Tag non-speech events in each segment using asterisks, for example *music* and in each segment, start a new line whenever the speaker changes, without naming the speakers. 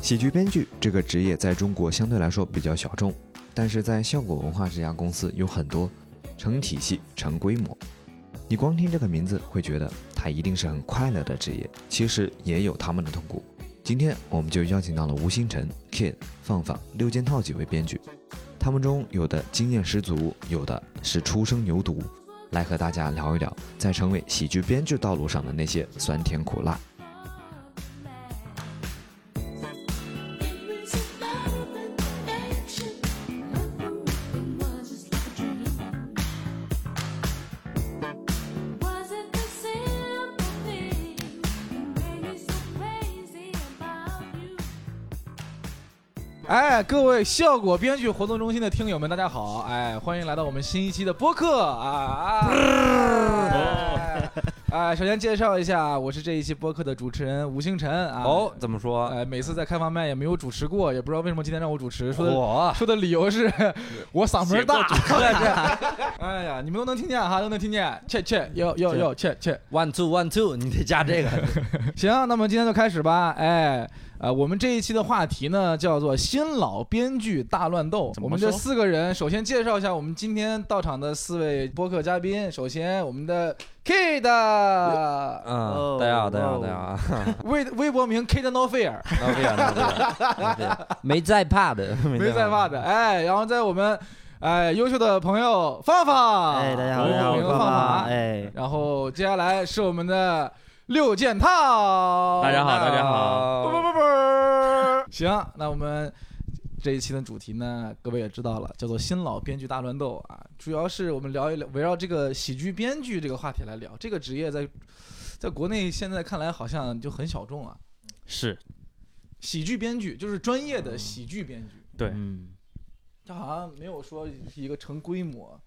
喜剧编剧这个职业在中国相对来说比较小众，但是在效果文化这家公司有很多，成体系、成规模。你光听这个名字会觉得它一定是很快乐的职业，其实也有他们的痛苦。今天我们就邀请到了吴星辰、Kid、放放、六件套几位编剧，他们中有的经验十足，有的是初生牛犊，来和大家聊一聊在成为喜剧编剧道路上的那些酸甜苦辣。
哎，各位效果编剧活动中心的听友们，大家好！哎，欢迎来到我们新一期的播客啊啊！
哦
哎哎，首先介绍一下，我是这一期播客的主持人吴星辰啊。
哦，怎么说？
哎，每次在开放麦也没有主持过，也不知道为什么今天让我主持。说的、
我
说的理
*laughs*
由是我嗓门大
哦写不。
*laughs* 哎呀，你们都能听见哈，都能听见，切切哟哟哟，切切。
one two one two，你得加这个。
行，那么今天就开始吧。哎，呃，我们这一期的话题呢叫做“新老编剧大乱斗”。
怎
我
么
们这
说
四个人，首先介绍一下我们今天到场的四位播客嘉宾。首先，我们的 Kid，
*laughs*
嗯，
哦
大家好，大家好，
哦
大家好。
微微博名 Kid No
*laughs*
Fear，
哎
那不一样那不一样那不一样没在怕
*laughs*
的，
没在怕的。哎，然后在我们哎优秀的朋友哦放放，
哎，大家好，
微
大家
博
好，我
名
是
放
爸爸。
放。
哎，
然后接下来是我们的六件套，
大
哦
家好大家
不
好。
不不，行，那我们这一期的主题呢，各位也知道了，叫做“新老编剧大乱斗”啊，主要是我们聊一聊，围绕这个喜剧编剧这个话题来聊。这个职业在在国内现在看来好像就很小众啊，
是
喜剧编剧就是专业的喜剧编剧，
对
嗯，
这好像没有说一个成规模。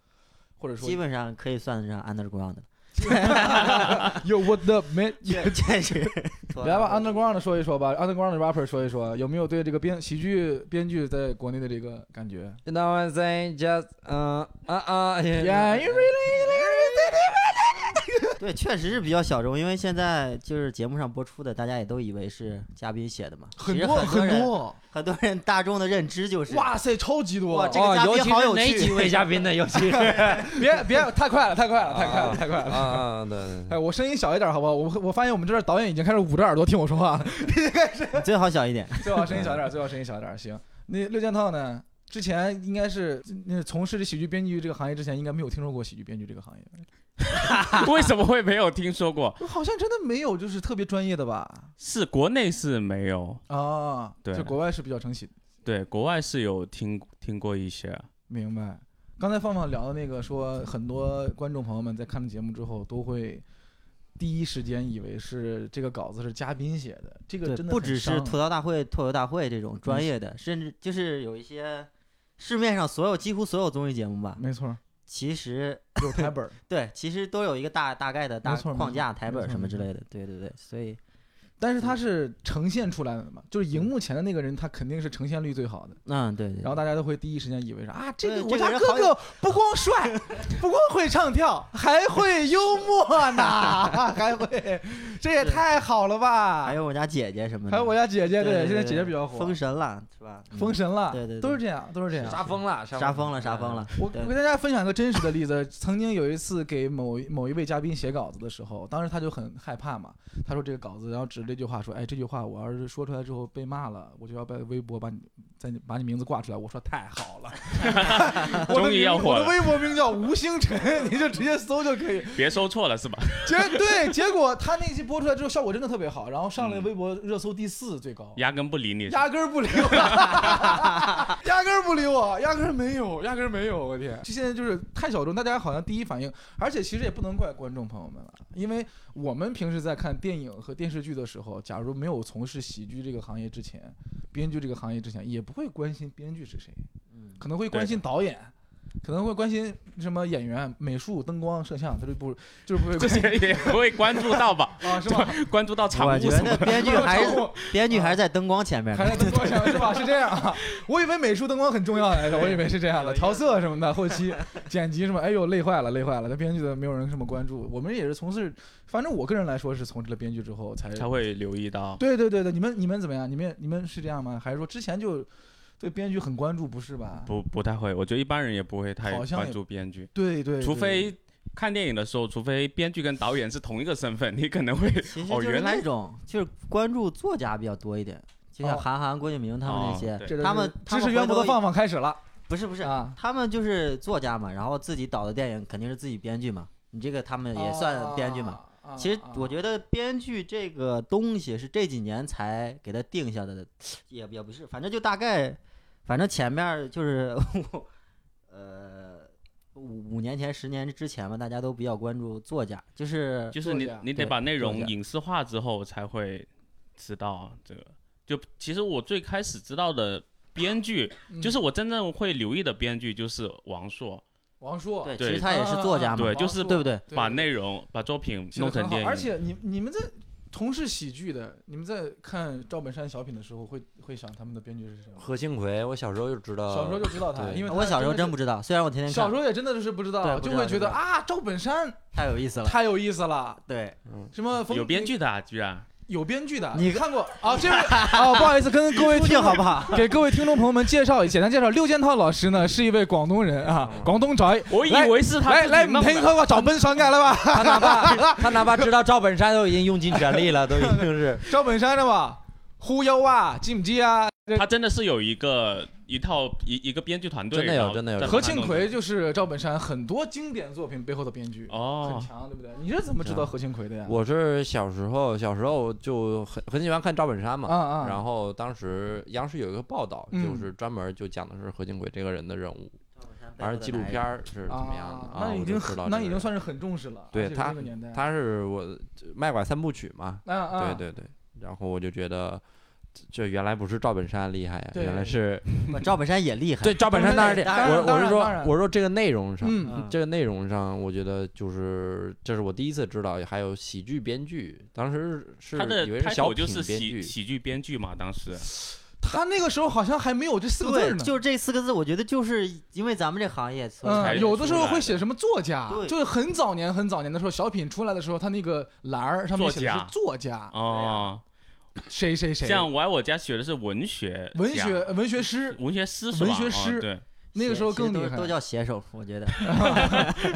或者说
基本上可以算得上 underground 的，
*laughs* 有我的没，
确 *laughs* 确
*laughs*
实。
来吧，underground 的说一说吧，underground 的 rapper 说一说，有没有对这个编喜剧编剧在国内的这个感觉？
那我在 just 嗯啊
哎
啊
Yeah, you
really
对，确实是比较小众，因为现在就是节目上播出的，大家也都以为是嘉宾写的嘛。
很
其实
多
很人
多，
很多人大众的认知就是，
哇塞，超级多
哇！
哦
这个嘉
尤
宾
其
好
是
有
哪
趣
几位嘉宾呢？尤其是
别别，太快了，太快了，太快了，太快
啊
了！
啊，对对对。
哎，我声音小一点，好不好？我我发现我们这儿导演已经开始捂着耳朵听我说话了，
你最好小一点。
*laughs* 最好声音小一点，最好声音小一点。行，那六件套呢？之前应该是那从事这喜剧编剧这个行业之前，应该没有听说过喜剧编剧这个行业，
为什么会没有听说过？
好像真的没有，就是特别专业的吧？
是国内是没有，
啊，
对
就国外是比较成喜，
对，国外是有听听过一些。
明白。刚才放放聊的那个说，很多观众朋友们在看了节目之后都会。第一时间以为是这个稿子是嘉宾写的，这个
对，
真的
不
很
只
伤
是吐槽大会、脱口大会这种专业的，甚至就是有一些市面上所有几乎所有综艺节目吧，
没错，
其实
有台
*laughs*
本儿。
对，其实都有一个大大概的大
没错没
框
错
架、台
没
本
错
什么
没
之
错
类的。对对对，所以
但是
嗯
它是呈现出来的嘛，就是荧幕前的那个人，他肯定是呈现率最好的，
嗯，对对。
然后大家都会第一时间以为是啊，这个
对这
我
个
家
人
哥
好有
哥 *laughs* 不光帅，不光会唱跳，还会幽默
*laughs*
呢，还会，这也
是
太好了吧！
还有我家姐姐什么的，
啊还有我家姐姐，
对对
现在
对
姐姐比较火，
封神了是吧？
封神了，
嗯对对对
都是这样，都是这
杀
样。
疯了，
杀疯了，杀疯了。
嗯我
哎
对
我跟大家分享一个真实的例子，曾经有一次给某某一位嘉宾写稿子的时候，当时他就很害怕嘛，他说这个稿子，然后指着这句话说，哎，这句话我要是说出来之后被骂了，我就要在微博把你在你把你名字挂出来。我说太好了，
*laughs*
我的
终于要
名
火
我的
了
微博名叫吴星辰，你就直接搜就可以。
别搜错了是吧？
结对，结果他那期播出来之后效果真的特别好，然后上了
嗯
微博热搜第四最高。
压根不理你。
压根儿不理我， *laughs* 压根儿不理我，压根儿没有，压根儿没有，我天！这现在就是太小众，大家好像第一反应，而且其实也不能怪观众朋友们了，因为我们平时在看电影和电视剧的时候，假如没有从事喜剧这个行业之前，编剧这个行业之前，也不会关心编剧是谁，
嗯
可能会关心导演，可能会关心什么演员、美术、灯光、摄像，他就不就是不会
这
关心
些也不会关注到吧？
啊，是吧？
关注到场
我
务
觉
什
*laughs*
得
么？
编剧还是
是
编剧还是在灯光前面
啊还
呢。
在灯光上是吧？是这样啊，我以为美术灯光很重要来着，我以为是这样
*laughs* 哎
的，调色什么的，后期剪辑什么，哎呦累坏了，累坏了。那编剧的没有人这么关注，我们也是从事，反正我个人来说是从事了编剧之后才
才会留意到。
对对对对，你们你们怎么样？你们你们是这样吗？还是说之前就对编剧很关注，不是吧？
不不太会，我觉得一般人也不会太
好像也
关注编剧，
对对，
除
对
非看电影的时候，除非编剧跟导演是同一个身份，你可
*laughs*
能会
其实
哦，
就是
原来
那种就是关注作家比较多一点，就像
哦
韩寒、郭敬明他们那
哦
些
对，
这
他们
知识渊博的
放
放放开始了
不是不是
啊。
他们就是作家嘛，然后自己导的电影肯定是自己编剧嘛，你这个他们也算编剧嘛。
啊。
其实我
得
觉得编剧这个东西是这几年才给它定下的，也也不是，反正就大概，反正前面儿就是我，呃，五五年前、十年之前吧，大家都比较关注作家，就是
就是你
作家
你得
对
把内
作
容
家
影视化之后才会知道这个。就其实我最开始知道的编剧，
嗯
就是我真正会留意的编剧就是王朔，
王朔，啊
对，其
对
实他也是作家嘛，
啊
对
王
就是
朔
对不对？
对
把内容把作品
写得
弄
很好
成电影，
而且你你们在从事喜剧的，你们在看赵本山小品的时候，会会想他们的编剧是谁吗？
何庆魁，我小时候就知道，
小时候就知道他，
呃对
因为
我小时候真
不
不知道，虽然我天天
小
看
时，候也真的是不知
对
道，
不知
就
道
会觉得
不知道
啊，赵本山
太有意思了。
太有意思了， *laughs*
对，
什么
嗯
冯
有编剧的啊，居然
有编剧的，
你
看
*laughs*
过啊？这位啊，不好意思，跟各位
出
听
去
众
好不好？
*laughs* 给各位听众朋友们介绍一，简单介绍，六件套老师呢是一位广东人啊，
嗯
广东仔。
我以
来
为是他
来
自己
来，唔
弄的
听佢话找奔山噶啦嘛，
他哪怕他哪怕知道赵本山都已经用尽全力了，都已经
*laughs*
是
*laughs* 赵本山的嘛，忽悠啊，知唔知啊？
他真的是有一个一套一一个编剧团
真
队，
的有
然后
真的有
再把
何
它弄
庆
成
魁就是赵本山很多经典作品背后的编剧，很
哦，
强，对不对？你是怎么知道何庆魁的呀？
我是小时候小时候就很很喜欢看赵本山嘛。
啊啊，
然后当时央视有一个报道，
嗯
就是专门就讲的是何庆魁这个人的人物，而纪录片儿是怎么样的
啊那
我
已
就
经
知道
很那
这个
已经
人
算是很重视了。
对
而且
他
那个年代，
他是我卖拐三部曲嘛，
啊啊，
对对对，然后我就觉得这这原来不是赵本山厉害呀，
对
原
*laughs*
来是
不赵本山也厉害，
对赵本山当然厉
当然
害，我
当
我
然
是说
当然
我说这个内容上，
嗯
嗯
这个内容上，我觉得就是这是我第一次知道还有喜剧编剧，当时是
他
以
的
为是
开
小
头
品
就是
编
喜
剧，
喜剧编剧嘛，当时
他那个时候好像还没有这四个字儿
对，
呢。
就这四个字，我觉得就是因为咱们这行业，所以才
嗯，
是
有的时
出
候
来
会
的
写什么作家，
对
就是很早年很早年的时候，小品出来的时候，他那个栏儿上面写的是作家，
啊
哦，
谁啊谁谁，
像我爱我家学的是文学
文
家
学文学诗，
文学诗是吧
文学
哦
诗
对，
那个时候
其实
更
都
厉害，
都叫写手，
*laughs*
我觉得。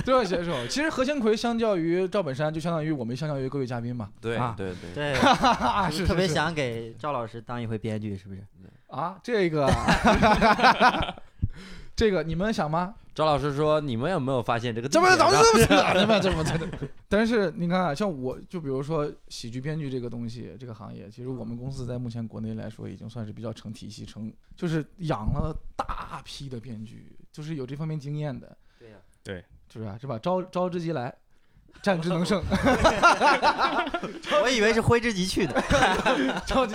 都要写手。其实何庆魁相较于赵本山，就相当于我们相当于各位嘉宾嘛，
对
啊
对对，
对，
啊，
就是特别
是
想给赵老师当一回编剧，是不是？
啊，这个，啊 *laughs* 这个你们想吗？
赵老师说你们有没有发现这个
这不是
地
早
点
就这么
呢
扯的吗？这不真的。 *laughs* 但是你看啊，像我就比如说喜剧编剧这个东西，这个行业，其实我们公司在目前国内来说，已经算是比较成体系、成就是养了大批的编剧，就是有这方面经验的。
对呀
是不是啊？是吧？招招之即来，战之能胜。
我以为是挥之即去的。
*laughs* 超级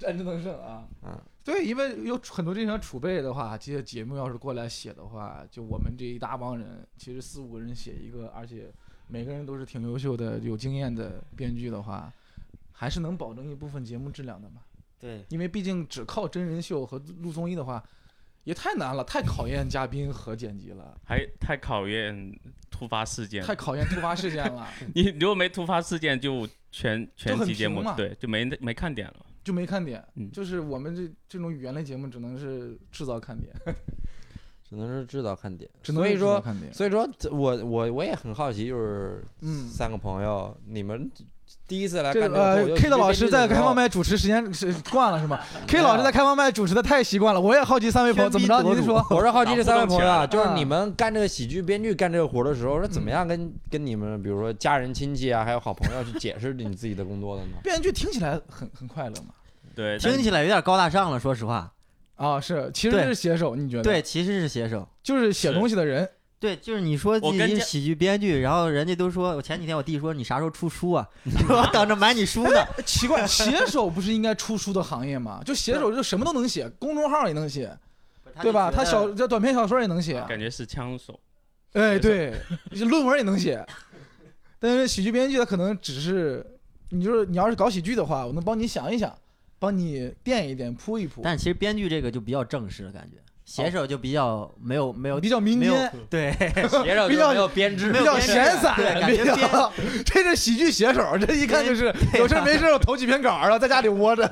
战之能胜啊！
嗯，
对，因为有很多这种储备的话，这些节目要是过来写的话，就我们这一大帮人，其实四五个人写一个，而且每个人都是挺优秀的、有经验的编剧的话，还是能保证一部分节目质量的嘛。
对，
因为毕竟只靠真人秀和录综艺的话，也太难了，太考验嘉宾和剪辑了，
还太考验突发事件了，
太考验突发事件
*laughs*
了，
你如果没突发事件，就全全
就很
期节
平
目
嘛
对就没没看点了。
就没看点。
嗯
就是我们这这种语言类节目，只能是制造看点，
只能是制造看点，
只能
所
是
以
制造
说
看点。
所以说这我我我也很好奇，就是
嗯
三个朋友你们第一次来
这
看
个
这个脱口秀
呃，K
喜剧
的老
编
师
剧
在
的时
开
啊
候
放麦主持时间是惯了是吗？K
哎
老师在开放麦主持的太习惯了，我也好奇三位朋友怎么着？您说
*laughs*
我是好奇这三位朋友
动
啊，
起
就
来？
是你们干这个喜剧编剧干这个活的时候，是怎么样跟跟你们，比如说家人、亲戚啊，还有好朋友去解释你自己的工作的呢 *laughs*
编剧听起来很很快乐嘛？
对，但
听起来有点高大上了，说实话。
啊，是，其实
对
是写手，你觉得？
对，，其实是写手。
就是写东西的人。
对，就是你说
我
自
跟
己是
家
喜剧编剧，然后人家都说，我前几天我弟说你啥时候出书
*laughs*
啊？我等着买你书呢。
呃奇怪，写手不是应该出书的行业吗？就写手就什么都能写，公众号也能写，对吧？
就觉
他
得啊
小这短篇小说也能写，
感觉是枪手。
哎，对，
*laughs*
论文也能写，但是喜剧编剧他可能只是，你就是你要是搞喜剧的话，我能帮你想一想，帮你垫一垫，铺一铺，
但其实编剧这个就比较正式的感觉，写手就比较没有没有
比较民
没有
间，
对
写手
比
就
较
没有编制
比，较
编制
闲散，
对感
比
觉
*laughs*
编
较这是喜剧写手，这一看就是有事儿没事儿我投几篇稿儿，然后在家里窝着，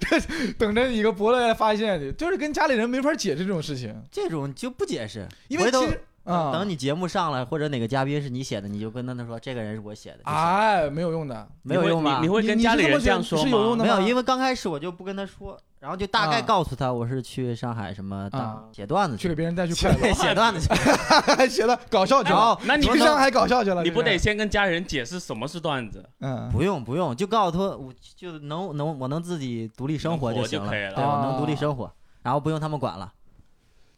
这等着一个伯乐来发现你，就是跟家里人没法解释这种事情，
这种就不解释，
因为
回头
其实啊，
等你节目上了，或者哪个嘉宾是你写的，你就跟他们说这个人是我写的就行，
哎，没有用的，
没有用吧？
你会
你
跟
你
家
是
里
这么
人
觉
这样
得
说
是有用
吗？
的
没有，
吗
因为刚开始我就不跟他说，然后就大概
啊
告诉他我是去上海什么
啊
当写段子
去
去
给，别人带去快
对，
乐，
写段子去，
写的搞笑去
然
了，
后
那你
去上海搞笑去了，
你不
这
得
是
先跟家里人解释什么是段子，
嗯
不用不用，就告诉他我就能能我能自己独立生活就行
能活就可以了
对，我能独立
啊
生活，然后不用他们管了。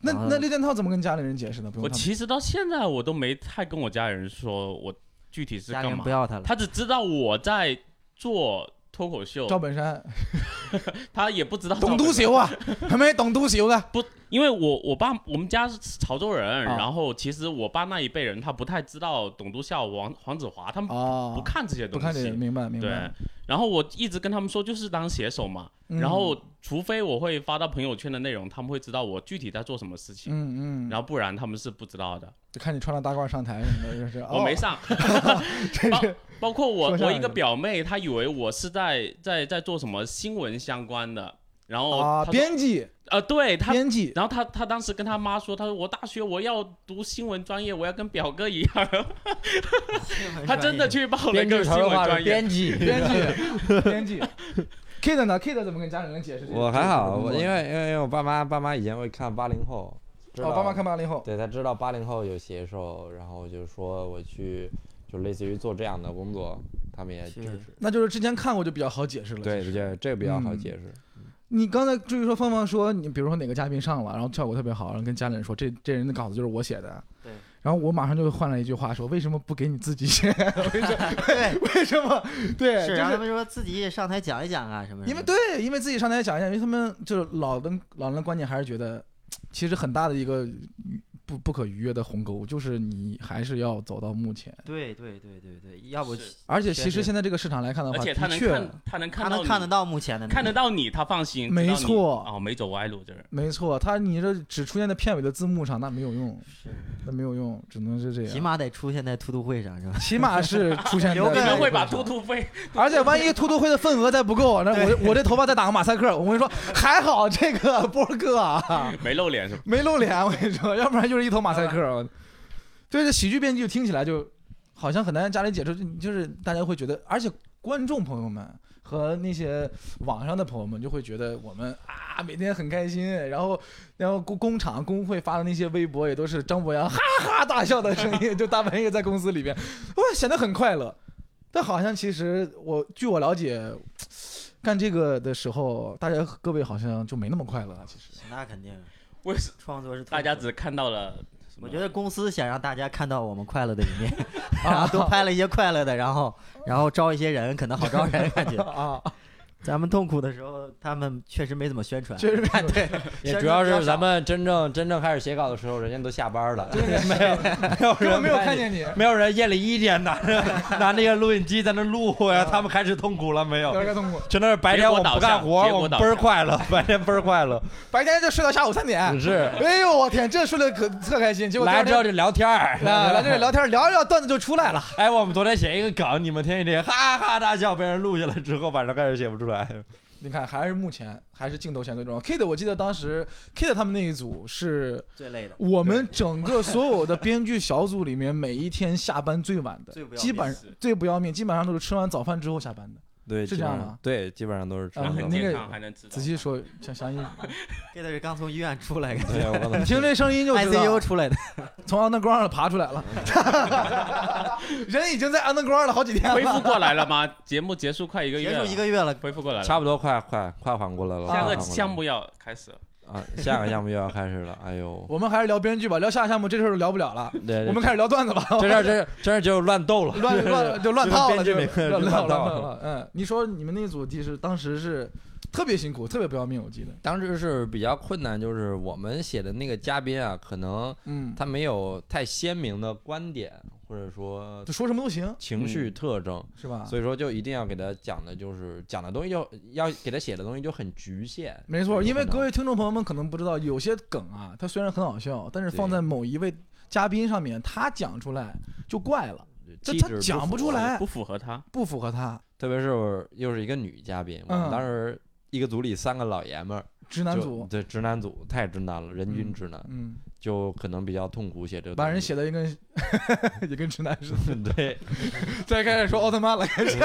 那
然后
那六件套怎么跟家里人解释呢？不
啊
用
我
他们
其实到现在我都没太跟我家里人说我具体是
家里
干
人
嘛
不，要他了。
他只知道我在做脱口秀，
赵本山
他也不知道
懂
赵本
多
山 *laughs*
少啊？还没懂多少啊？
因为我我爸我们家是潮州人，
啊
然后其实我爸那一辈人他不太知道董都孝、王黄子华，他们
哦，
不看这些
不
东
看这
西。
个，明白明
对
白。，
然后我一直跟他们说，就是当写手嘛。
嗯
然后除非我会发到朋友圈的内容，他们会知道我具体在做什么事情，
嗯嗯，
然后不然他们是不知道的。
就看你穿了大褂上台什么的，就是
我没
事， *laughs*
上，
这是
包括我
哦说相
我
声
一个表妹，她以为我是在在在做什么新闻相关的，然后
啊，
她说
编辑
呃对她
编
*laughs*
辑，
然后哦他他当时跟他妈说，他说我大学我要读新闻专业，我要跟表哥一
*laughs*
样。他真的去报了
编
个
制
新
头
闻
的话
专
是
业。
编辑。
编辑，编辑。Kid 呢？Kid 怎么跟家里人解释这个？
我还好，
这个
我
工作
因为因为因为我爸妈爸妈以前会看八零后，知
哦，
道
爸妈看八零后，
对他知道八零后有写手，然后就说我去就类似于做这样的工作，他们也
是
支持。
那就是之前看过就比较好解释了。
对，这这比较好解释。
你刚才至于说芳芳说你，比如说哪个嘉宾上了，然后效果特别好，然后跟家里人说这这人的稿子就是我写的，
对，
然后我马上就换了一句话说为什么不给你自己写？ *laughs*
对，
为什么？ *laughs* 对，
是
就
让
是
他们说自己上台讲一讲啊
嗯
什么什
因
么。
为对，因为自己上台讲一讲，因为他们就是老的老人的观念还是觉得，其实很大的一个不不可逾越的鸿沟就是你还是要走到目前，
对对对对对，要不
是
而且其实
确实
现在这个市场来看的
而
话，
且他
的
能
确
看，他能看
他
到
能
你
看得到目前的那
看得
个。
到你，他放心。
没
知道你
错
哦，没走歪路这人。
没错，他你这只出现在片尾的字幕上那没有用，
是
那没有用，只能是这样
起。码得出现在突突会上是吧？
起码是出
*laughs*
现在
留
你
个
们会把
秃
兔，兔飞
而且万一秃秃会的份额再不够，那我我这头发再打个马赛克，我跟你说，还好这个波哥
*laughs*
啊
*laughs* 没露脸是吧？
没露脸，我跟你说，要不然就是一头马赛克。对，这喜剧编剧听起来就好像很难家里解释，就是大家会觉得，而且观众朋友们和那些网上的朋友们就会觉得我们啊每天很开心，然后然后工工厂工会发的那些微博也都是张博洋哈哈大笑的声音，就大半夜在公司里边，哇显得很快乐。但好像其实我据我了解，干这个的时候，大家各位好像就没那么快乐了。其实
*laughs* 那肯定，啊
为什
创作是痛
大家
苦的
只看到了什
我
么？
觉得公司想让大家看到我们快乐的一面，然后多拍了一些快乐的，然后然后招一些人，可能好招人感觉。
啊，
*laughs* 咱们痛苦的时候，他们确实没怎么宣传，
确实没
看 *laughs* 对，
也
宣
主
传
要
比较
是咱
少
们真正真正开始写稿的时候，人家都下班了，
*laughs*
*laughs*
根本没有
看
看见
见
你。
没有人夜里一点拿着拿那个录影机在那录呀，他们开始痛苦了没
有
有？
点痛苦，
真的是白天我们不干活，
结果导
我们倍
向
儿快乐，白天倍儿快乐，
白天就睡到下午三点。
只是
哎呦我天，这睡得可特开心。结果
来
第
之后
二
就聊天 *laughs* 儿，
天来来这里聊天，聊着聊段子就出来了。
哎，我们昨天写一个梗，你们听一听，哈哈大笑，被人录下来之后，晚上开始写不出来。
你看，还是目前还是镜头前最重要。Kid，我记得当时 Kid 他们那一组是
最累的。
我们整个所有的编剧小组里面每一天下班最晚的
最不，要
基
面
本最不要命，基本上都是吃完早饭之后下班的。
对，
是
基本上
这样吗
对，基本上都是这
啊
样
那
的。
个
健康还能知道
仔细说，想想一，
*laughs* 这都是刚从医院出来，感觉
对，我
你
能
听这声音就知道
ICU 出来的，
从 underground 上爬出来了， *laughs* 人已经在 underground 了好几 *laughs* 天
恢
了。
复过来了吗？节目结束快一个月
结束
了，
一个月了，
恢复过来
*laughs*
了。
差不多快快快缓过
*laughs*
来了。快
下
缓
个
过来了
项目要开始了，
啊，下个项目又要开始了。哎呦，
我们还是聊编剧吧，聊下个项目这事儿就聊不了了。
对，
我们开始聊段子吧，
这事儿真是真是就乱斗
*laughs*
了，
乱乱就乱套了，
编剧
就
每个
*laughs*
人
乱
就
套
乱
乱
套
套了。嗯，你说你们那组就是当时是特别辛苦，特别不要命，我记得。
当时是比较困难，就是我们写的那个嘉宾啊，可能
嗯，
他没有太鲜明的观点，或者说
就说什么都行，
情绪
嗯
特征，
是吧？
所以说就一定要给他讲的，就是讲的东西就要给他写的东西就很局限。
没错，
有
因为
可能
各位听众朋友们可能不知道，有些梗啊，它虽然很好笑，但是放
对
在某一位嘉宾上面，他讲出来就怪了，这
气
他
质
讲
不
不
符
出来
不，符合他。
不符合他
特别是又是一个女嘉宾，我们
嗯
当时一个组里三个老爷们儿，
直男
就
组，
对直男组太直男了，人均直男，
嗯，
就可能比较痛苦写这个东西，
把人写的也跟 *laughs* 也跟直男似的。
*laughs* 对， *laughs*
再开始说奥特曼了，开始，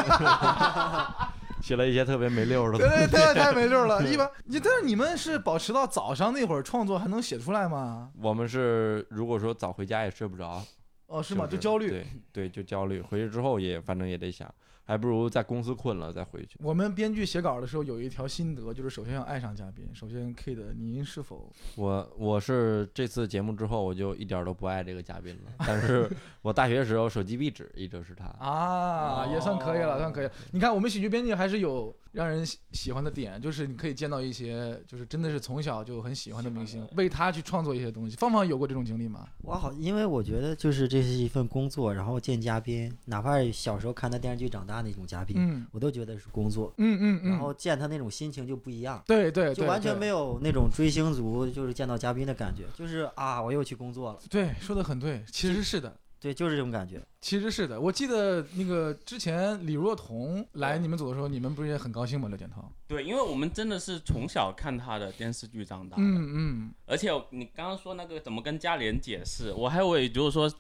写了一些特别没溜
*laughs*
儿的
对
东
对，
西。
太太没溜了。一般，你但是你们是保持到早上那会儿创作还能写出来吗？
我们是如果说早回家也睡不着，
哦，是吗？
就
就焦虑。
对对，就焦虑。回去之后也反正也得想，还不如在公司困了再回去。
我们编剧写稿的时候有一条心得，就是首先要爱上嘉宾。首先，K 的您是否
我我是这次节目之后，我就一点儿都不爱这个嘉宾了。但是 *laughs* 我大学的时候手机壁纸一直是他，
啊，也算可以了，算可以了。你看，我们喜剧编辑还是有让人喜喜欢的点，就是你可以见到一些，就是真的是从小就很喜欢的明星，为他去创作一些东西。芳芳有过这种经历吗？
我好，因为我觉得就是这是一份工作，然后见嘉宾，哪怕小时候看他电视剧长大那种嘉宾，
嗯
我都觉得是工作，
嗯嗯嗯。
然后见他那种心情就不一样。
对对对，
就完全
对
没有那种追星族，就是见到嘉宾的感觉，就是啊，我又去工作了，
对，说的很对，其实是的。
对，就是这种感觉。 *laughs*
其实是的，我记得那个之前李若彤来你们组的时候，你们不是也很高兴吗？刘建涛，
对，因为我们真的是从小看他的电视剧长大的，
嗯嗯，
而且你刚刚说那个怎么跟家里人解释，我还会就是说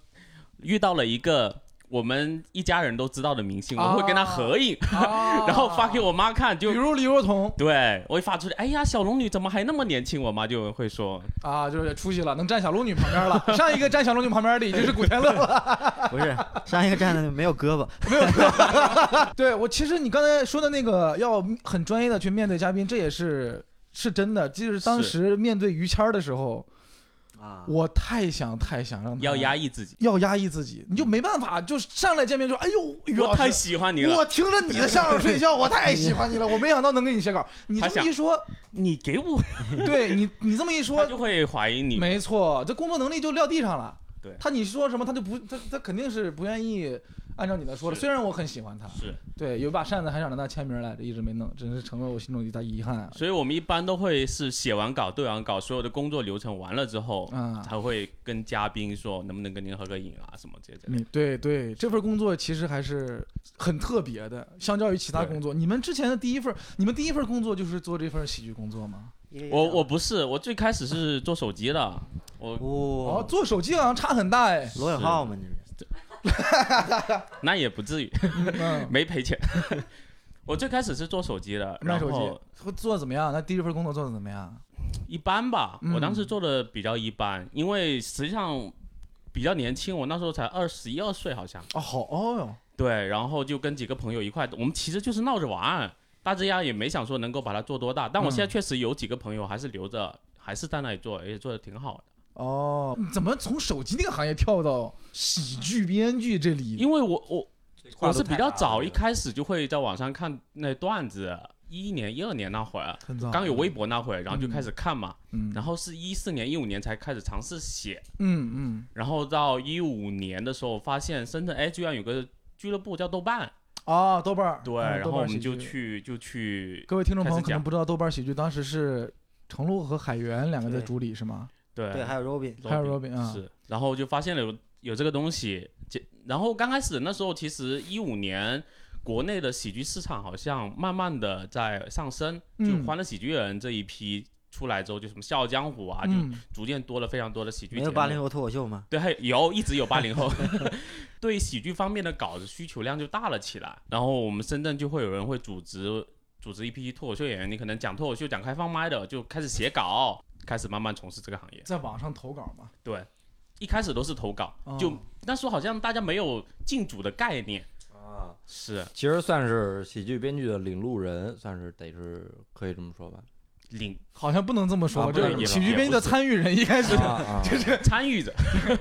遇到了一个我们一家人都知道的明星，我会跟他合影， *laughs* 然
然
后发给，我妈看，
啊比
就
如李若彤
对我一发出去，哎呀，小龙女怎么还那么年轻？我妈就会说，
啊，就是出息了，能站小龙女旁边了。上一个站小龙女旁边的已经是古天乐了。 *laughs*
不是上一个站的没有胳膊，
对我，其实你刚才说的那个要很专业的去面对嘉宾，这也是是真的。就是当
是
时面对于谦儿的时候，
啊，
我太想太想让他
要压抑自己，
要压抑自己，你就没办法，就上来见面就哎呦，于老
我
师
太喜欢你了
我，听着你的相声睡
*laughs*
觉，我太喜欢你了。我没想到能跟你写稿，你这
他
么
想
一
*laughs*
说，
你给我，
对你，你这么一
他
说，
就会怀疑你，
没错，这工作能力就撂地上了。
对
他你说什么，他就不，他他肯定是不愿意按照你的说的。
是
虽然我很喜欢他，
是。
对，有一把扇子还想让他签名来着，一直没弄，真是成了我心中一大遗憾啊。
所以我们一般都会是写完稿、对完稿，所有的工作流程完了之后，
嗯
才会跟嘉宾说能不能跟您合个影啊什么之类的。
你对对，这份工作其实还是很特别的，相较于其他
对
工作，你们之前的第一份，你们第一份工作就是做这份喜剧工作吗？
我我不是，我最开始是做手机的，我
哦，
我。
做手机好像差很大哎
*laughs*
罗永浩嘛，你是
那也不至于
嗯，
没赔钱。 *laughs* 我最开始是做手机的，
卖
然
手
后
机会做的怎么样？那第一份工作做的怎么样？
一般吧，我当时
嗯
做的比较一般，因为实际上比较年轻，我那时候才二十一二岁好像。
哦，好哦哟，
对，然后就跟几个朋友一块，我们其实就是闹着玩，大致呀也没想说能够把它做多大。但我
嗯
现在确实有几个朋友还是留着，还是在那里做，而且做的挺好的。
哦，你怎么从手机那个行业跳到喜剧编剧这里？
因为我我
跨
我
度
是比
太
较
大了
早，
这
一
个
开始就会在网上看那段子，一一年、一二年那会儿，
很早
刚有微，博那会儿，然后就开始看嘛，
啊嗯，
然后是一四年、一五年才开始尝试写，
嗯嗯，
然后到一五年的时候发现深圳哎居然有个俱乐部叫豆瓣，
哦，豆瓣儿，
对，
嗯
然后我
豆瓣儿
们。就
喜剧
去就去
各位听众朋友
开始
可能
讲
不知道，豆瓣儿喜剧当时是程璐和海源两个在
对
主理是吗？
对
对，还有 Robin，
还有 Robin 啊
是，然后就发现了有有这个东西，这然后刚开始那时候其实一五年。国内的喜剧市场好像慢慢的在上升，就
嗯
《欢乐喜剧人》这一批出来之后，就什么《笑傲江湖》啊，就
嗯，
逐渐多了非常多的喜剧
没
节目。
有八零后脱口秀吗？
对，还有有一直有八零后， *laughs* 对喜剧方面的稿子需求量就大了起来。然后我们深圳就会有人会组织组织一批脱口秀演员，你可能讲脱口秀、讲开放麦的，就开始写稿，开始慢慢从事这个行业。
在网上投稿嘛，
对，一开始都是投稿，
哦
就那时候好像大家没有进组的概念，
啊，
是
其实算是喜剧编剧的领路人，算是得是可以这么说 *laughs* 吧。
领 *laughs*
好像不能这么
啊
说，
不
这
能
是
也
喜剧
也
编剧
不
的
是
参与人一开始
啊啊，
参与者。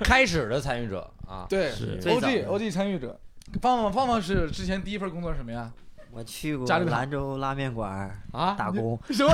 开始的参与者啊，
对
是
最早
OG
的
OG 参与者。芳芳芳芳是之前第一份工作是什么呀？
我去过
家里面
兰州拉面馆儿
啊，
打工，
什么？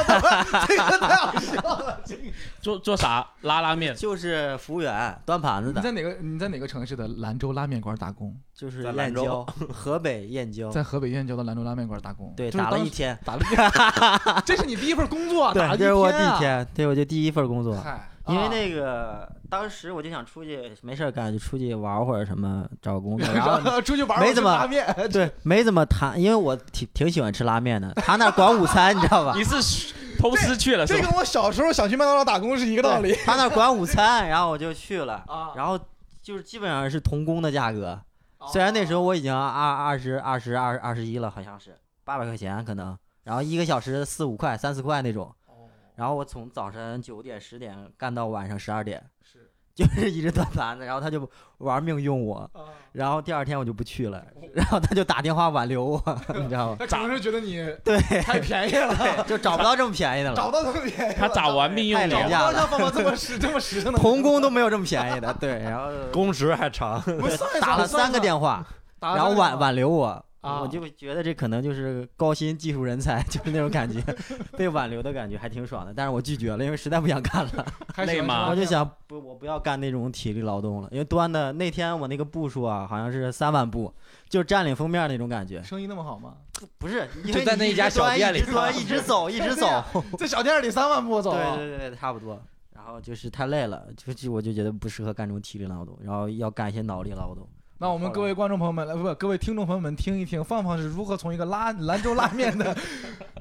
这个太好笑了！这个
做做啥？拉
*laughs*
拉面。
就是服务员端盘子
你
的，
在哪个你在哪个城市的兰州拉面馆打工？
就是
在兰
燕
州
郊，河北燕郊，
在河北燕郊的兰州拉面馆打工。
对，
就是
打了
当
一
时
天，
打了一天，这是你第一份工作，打了
对，
一
这是我第
啊
一。天，对我就第一份工作，
嗨，
因为
啊
那个当时我就想出去没事儿干，就出去玩会儿什么，找工作，
*laughs*
然后
然后出去玩
没
儿，
怎么
拉面， *laughs*
对没怎么谈，因为我挺挺喜欢吃拉面的，他那儿管午餐，你知道吧？
你是偷师去了是
这
吧？
跟我小时候想去麦当劳打工是一个道理。
他那儿管午餐，然后我就去了，
啊，哦
然后就是基本上是童工的价格，虽然那时候我已经二二十二十二二十一了，好像是八百块钱可能，然后一个小时四五块三四块那种，
哦
然后我从早晨九点十点干到晚上十二点， *laughs*
是
就是一直端盘子，然后他就玩命用我，然后第二天我就不去了， *laughs* 然后他就打电话挽留我， *laughs* 你知道吗？
他可能是觉得你
对，
*laughs* 太便宜了，
*laughs* 就找不到这么便宜的
找
了，
到这么便宜了，
他咋玩命用
太
你
廉
啊？
价
找不到
了，
像方方这么 *laughs* 实这么实诚的
童工
*laughs*
都没有这么便宜的，对，然后
*laughs* 工时还长，
我算一算
*laughs* 打了
我算一
三个
算啊
电话，
打了
然后
三个
挽
电话
挽留我，
啊
我就觉得这可能就是高薪技术人才， *laughs* 就是那种感觉，被挽留的感觉还挺爽的。但是我拒绝了，因为实在不想干了，
还喜
累
欢
吗
吃拉
我就
面
想不，我不要干那种体力劳动了，因为端的那天我那个步数啊，好像是三万步，就占领封面那种感觉，
生意那么好吗？
不是，因
就
为
在
你
那
一
一家
直
小
端
店
一直
里
*laughs* 端一直走，一直走，
在小店里三万步走
对
啊，
对对，差不多。然后就是太累了，就就我就觉得不适合干这种体力劳动，然后要干一些脑力劳动。
那我们各位观众朋友们，呃，不，各位听众朋友们，听一听范范是如何从一个拉兰州拉面
*laughs*
的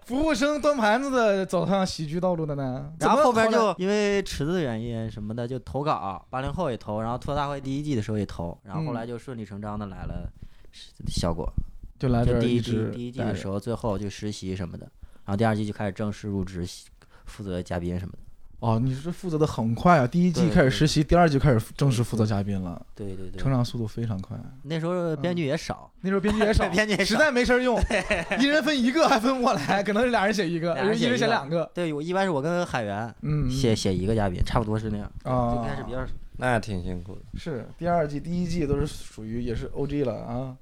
服务生端盘子的走上喜剧道路的呢？
然
怎
后
么
后边
来
就因为池子的原因什么的就投稿，八零后也投，然后吐槽大会第一季的时候也投，然后后来就顺理成章的来了效果。
就来这
就
儿
第
一
一季
直
第一季
待
的
着
时候，最后就实习什么的，然后第二季就开始正式入职，负责嘉宾什么的。
哦，你是负责的很快啊！第一季
对
开始
对
实习，第二季开始正式负责嘉宾了，
对对
成
对，
长速嗯度非常快。
那时候编剧也少，
那时候编剧也少，
*laughs* 编剧也
实
少
在没事儿用，
*laughs*
一人分一个，还分不过来，可能是俩人写一个，
俩人
一
写
人
一
写
个
两个。
对我一般是我跟海源
嗯，
写写一个嘉宾，差不多是那样，
啊，
就开始比较
*laughs* 那挺辛苦的。
是第二季、第一季都是属于也是 OG 了啊。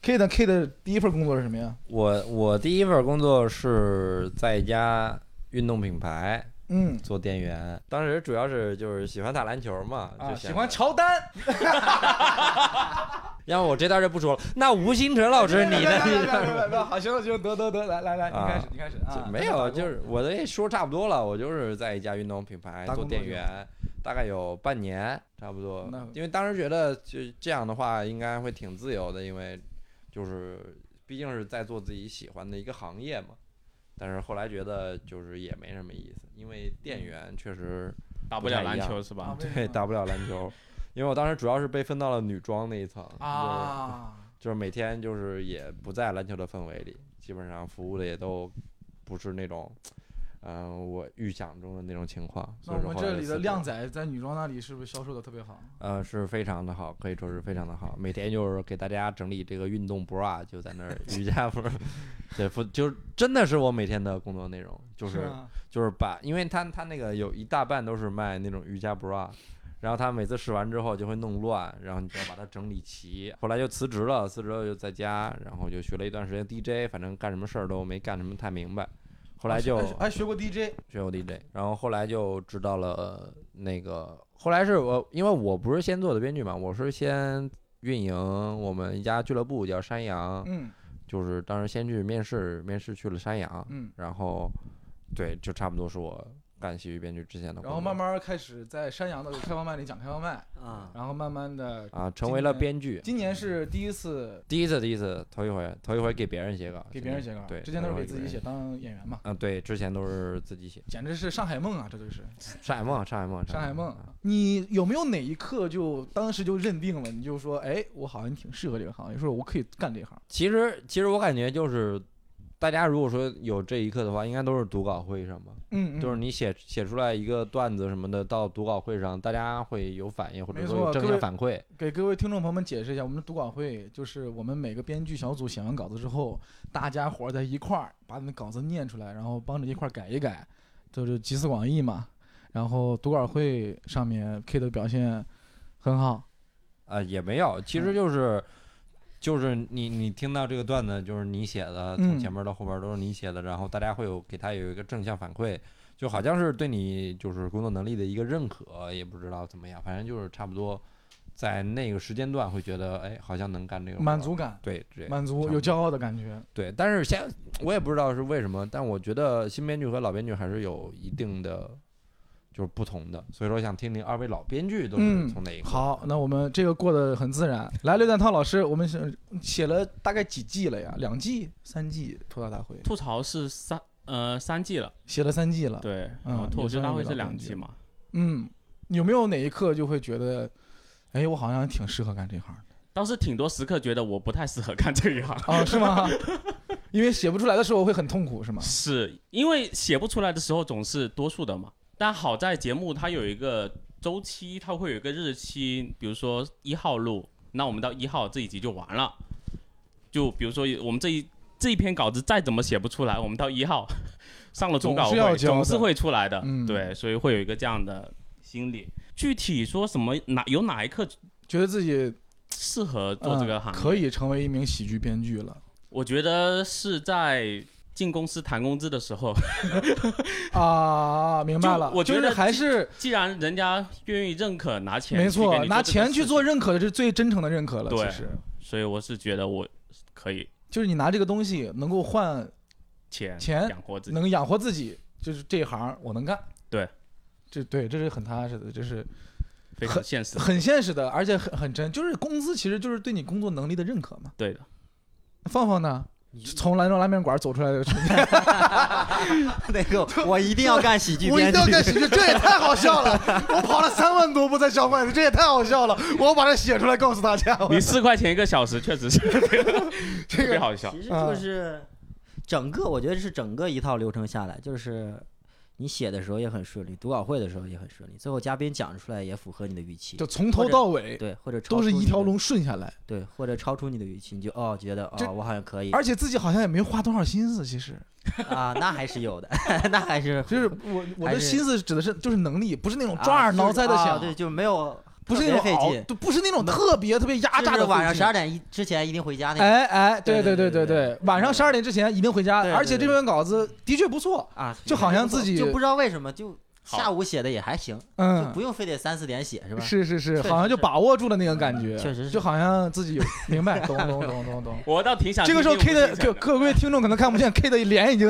K 的 K 的第一份工作是什么呀？
我我第一份工作是在一家运动品牌
嗯
做店员，当时主要是就是喜欢打篮球嘛，就
啊，
想
喜欢乔丹。
要么我这段就不说了。那吴星辰老 *laughs* 师，你
别
的
别别别别别好，行了行了，得得得，来来来，你
啊
开始你开始啊
就。没有，就是我的说差不多了。我就是在一家运动品牌
打
做
工
店
多久
员，大概有半年，差不多
那。
因为当时觉得就这样的话，应该会挺自由的，因为就是毕竟是在做自己喜欢的一个行业嘛。但是后来觉得就是也没什么意思，因为
嗯
店员确实 *laughs*
打不了篮球是吧
啊？
对打不了篮球，因为我当时主要是被分到了女装那一层，
啊，
就是每天就是也不在篮球的氛围里，基本上服务的也都不是那种，嗯、我预想中的那种情况。
那
所以
我
说
们
后来
这
就
里
辞
的
职
靓
了，
仔在女装那里是不是销售的特别好？
呃，是非常的好，可以说是非常的好。每天就是给大家整理这个运动 bra，就在那儿瑜伽 bra，对， *laughs* 不就是真的是我每天的工作内容，就是
吗
就是把，因为他他那个有一大半都是卖那种瑜伽 bra，然后他每次试完之后就会弄乱，然后你就要把它整理齐。后来就辞职了，辞职了就在家，然后就学了一段时间 DJ，反正干什么事儿都没干什么太明白。后来就
哎哎学过 DJ
学过 DJ，然后后来就知道了呃那个，后来是我因为我不是先做的编剧嘛，我是先运营我们一家俱乐部叫山羊，
嗯
就是当时先去面试，面试去了山羊，
嗯，
然后对，就差不多是我干喜剧编剧之前的工作，
然后慢慢开始在山羊的开放麦里讲开放麦，
啊，
然后慢慢的，
啊成为了
今年
编剧。
今年是第一次
第一次，第一次，头一回，头一回给别人写稿，
给别人写稿，
对，
之前都是
头
给
一回
自己
人
写。当演员嘛，
啊，对，之前都是自己写。
简直是上海梦啊，这就是
上海梦，上海梦，
上海梦
啊。
你有没有哪一刻就当时就认定了，你就说，哎，我好像挺适合这个行业，说我可以干这行，
其实，其实我感觉就是，大家如果说有这一刻的话，应该都是读稿会上吧，
嗯，嗯
就是你写写出来一个段子什么的，到读稿会上，大家会有反应，或
没
者说
错
有正
各位
向反馈。
给各位听众朋友们解释一下，我们的读稿会就是我们每个编剧小组写完稿子之后，大家伙儿在一块儿把你的稿子念出来，然后帮着一块儿改一改，就是集思广益嘛。然后读稿会上面 K 的表现很好，
呃
嗯
啊，也没有，其实就是就是你你听到这个段子，就是你写的，
嗯
从前面到后边都是你写的，然后大家会有给他有一个正向反馈，就好像是对你就是工作能力的一个认可，也不知道怎么样，反正就是差不多在那个时间段会觉得，哎，好像能干这个活儿
满足，感，
对，这
满
差
足
不
有
多
骄傲的感觉。
对，但是现在我也不知道是为什么，但我觉得新编剧和老编剧还是有一定的就是不同的，所以说想听听二位老编剧都是
嗯
从哪一个、
好，那我们这个过得很自然。来，刘展涛老师，我们写写了大概几季了呀？两季、三季《吐槽大会》
吐槽是三呃三季了，
写了三季了。
对，
嗯
然后脱口秀大会是两
也算是
季嘛，
嗯，有没有哪一刻就会觉得，哎，我好像挺适合干这行的
倒是挺多时刻觉得我不太适合干这一行，
啊？是吗？ *laughs* 因为写不出来的时候会很痛苦，是吗？
是因为写不出来的时候总是多数的嘛。但好在节目它有一个周期，它会有一个日期，比如说一号录，那我们到一号这一集就完了。就比如说我们这一这一篇稿子再怎么写不出来，我们到一号 *laughs* 上了总稿
总是要
会，
交的
总是会出来的。
嗯
对，所以会有一个这样的心理。具体说什么哪有哪一刻
觉得自己
适合做这个
嗯
行业？
可以成为一名喜剧编剧了
我觉得是在进公司谈工资的时候，
啊！明白了，
就我觉得
就是还是
既然人家愿意认可拿钱，
没错，拿钱去做，认可的是最真诚的认可了。
对
其实
所以我是觉得我可以
就是你拿这个东西能够换，
钱
钱
养活自己。
能养活自己，就是这一行我能干。
对，
这对这是很踏实的，这是
非常现实，
很现实的，而且很很真。就是工资其实就是对你工作能力的认可嘛。
对的。
放放呢？从兰州拉面馆走出来的，
*laughs* 那个我 *laughs* 一定要干喜剧
我一
编
定要干
剧，
喜剧，这也
*laughs*
太好笑了！我跑了三万多步在小贩子，这也太好笑了！我要把它写出来告诉大家。
你四块钱一个小时，确实是特
这
别
个
好笑。
其实
啊
就是整个，我觉得是整个一套流程下来，就是你写的时候也很顺利，读稿会的时候也很顺利，最后嘉宾讲出来也符合你的预期
就，从头到尾
对，或者超
都是
出你
一条
的，
龙顺下来，
对，或者超出你的预期，你就哦觉得
这
哦我好像可以
而且自己好像也没花多少心思。其
*laughs*
实，
啊，那还是有的， *laughs* 那还是
就是我我
还
的
是
心思指的是就是能力，不是那种
啊
抓耳
就
挠
是
腮的
啊
想，
对，就没有
不是
特
那
别
种
费
熬，
劲，
对，不是那种特别特别压
就
榨
是
的
啊晚上
费劲
十二点一之前一定回家那个
哎哎，对
对
对对
对对
对，晚上十二点之前一定回家
对对，对
而且这篇稿子的确不错，
啊，
就好像自己
就不知道为什么就
好
下午写的也还行，就
嗯
不，用非得三四点写是吧？
是是是，
确实嗯
好像就是把握住了那个感觉，
确实是
就好像自己有明
*laughs*
白，懂懂懂懂懂。
我倒挺想
这个时候
听
K
听我
的
自己
各
讲的
各位听众可能看不见 K 的脸已经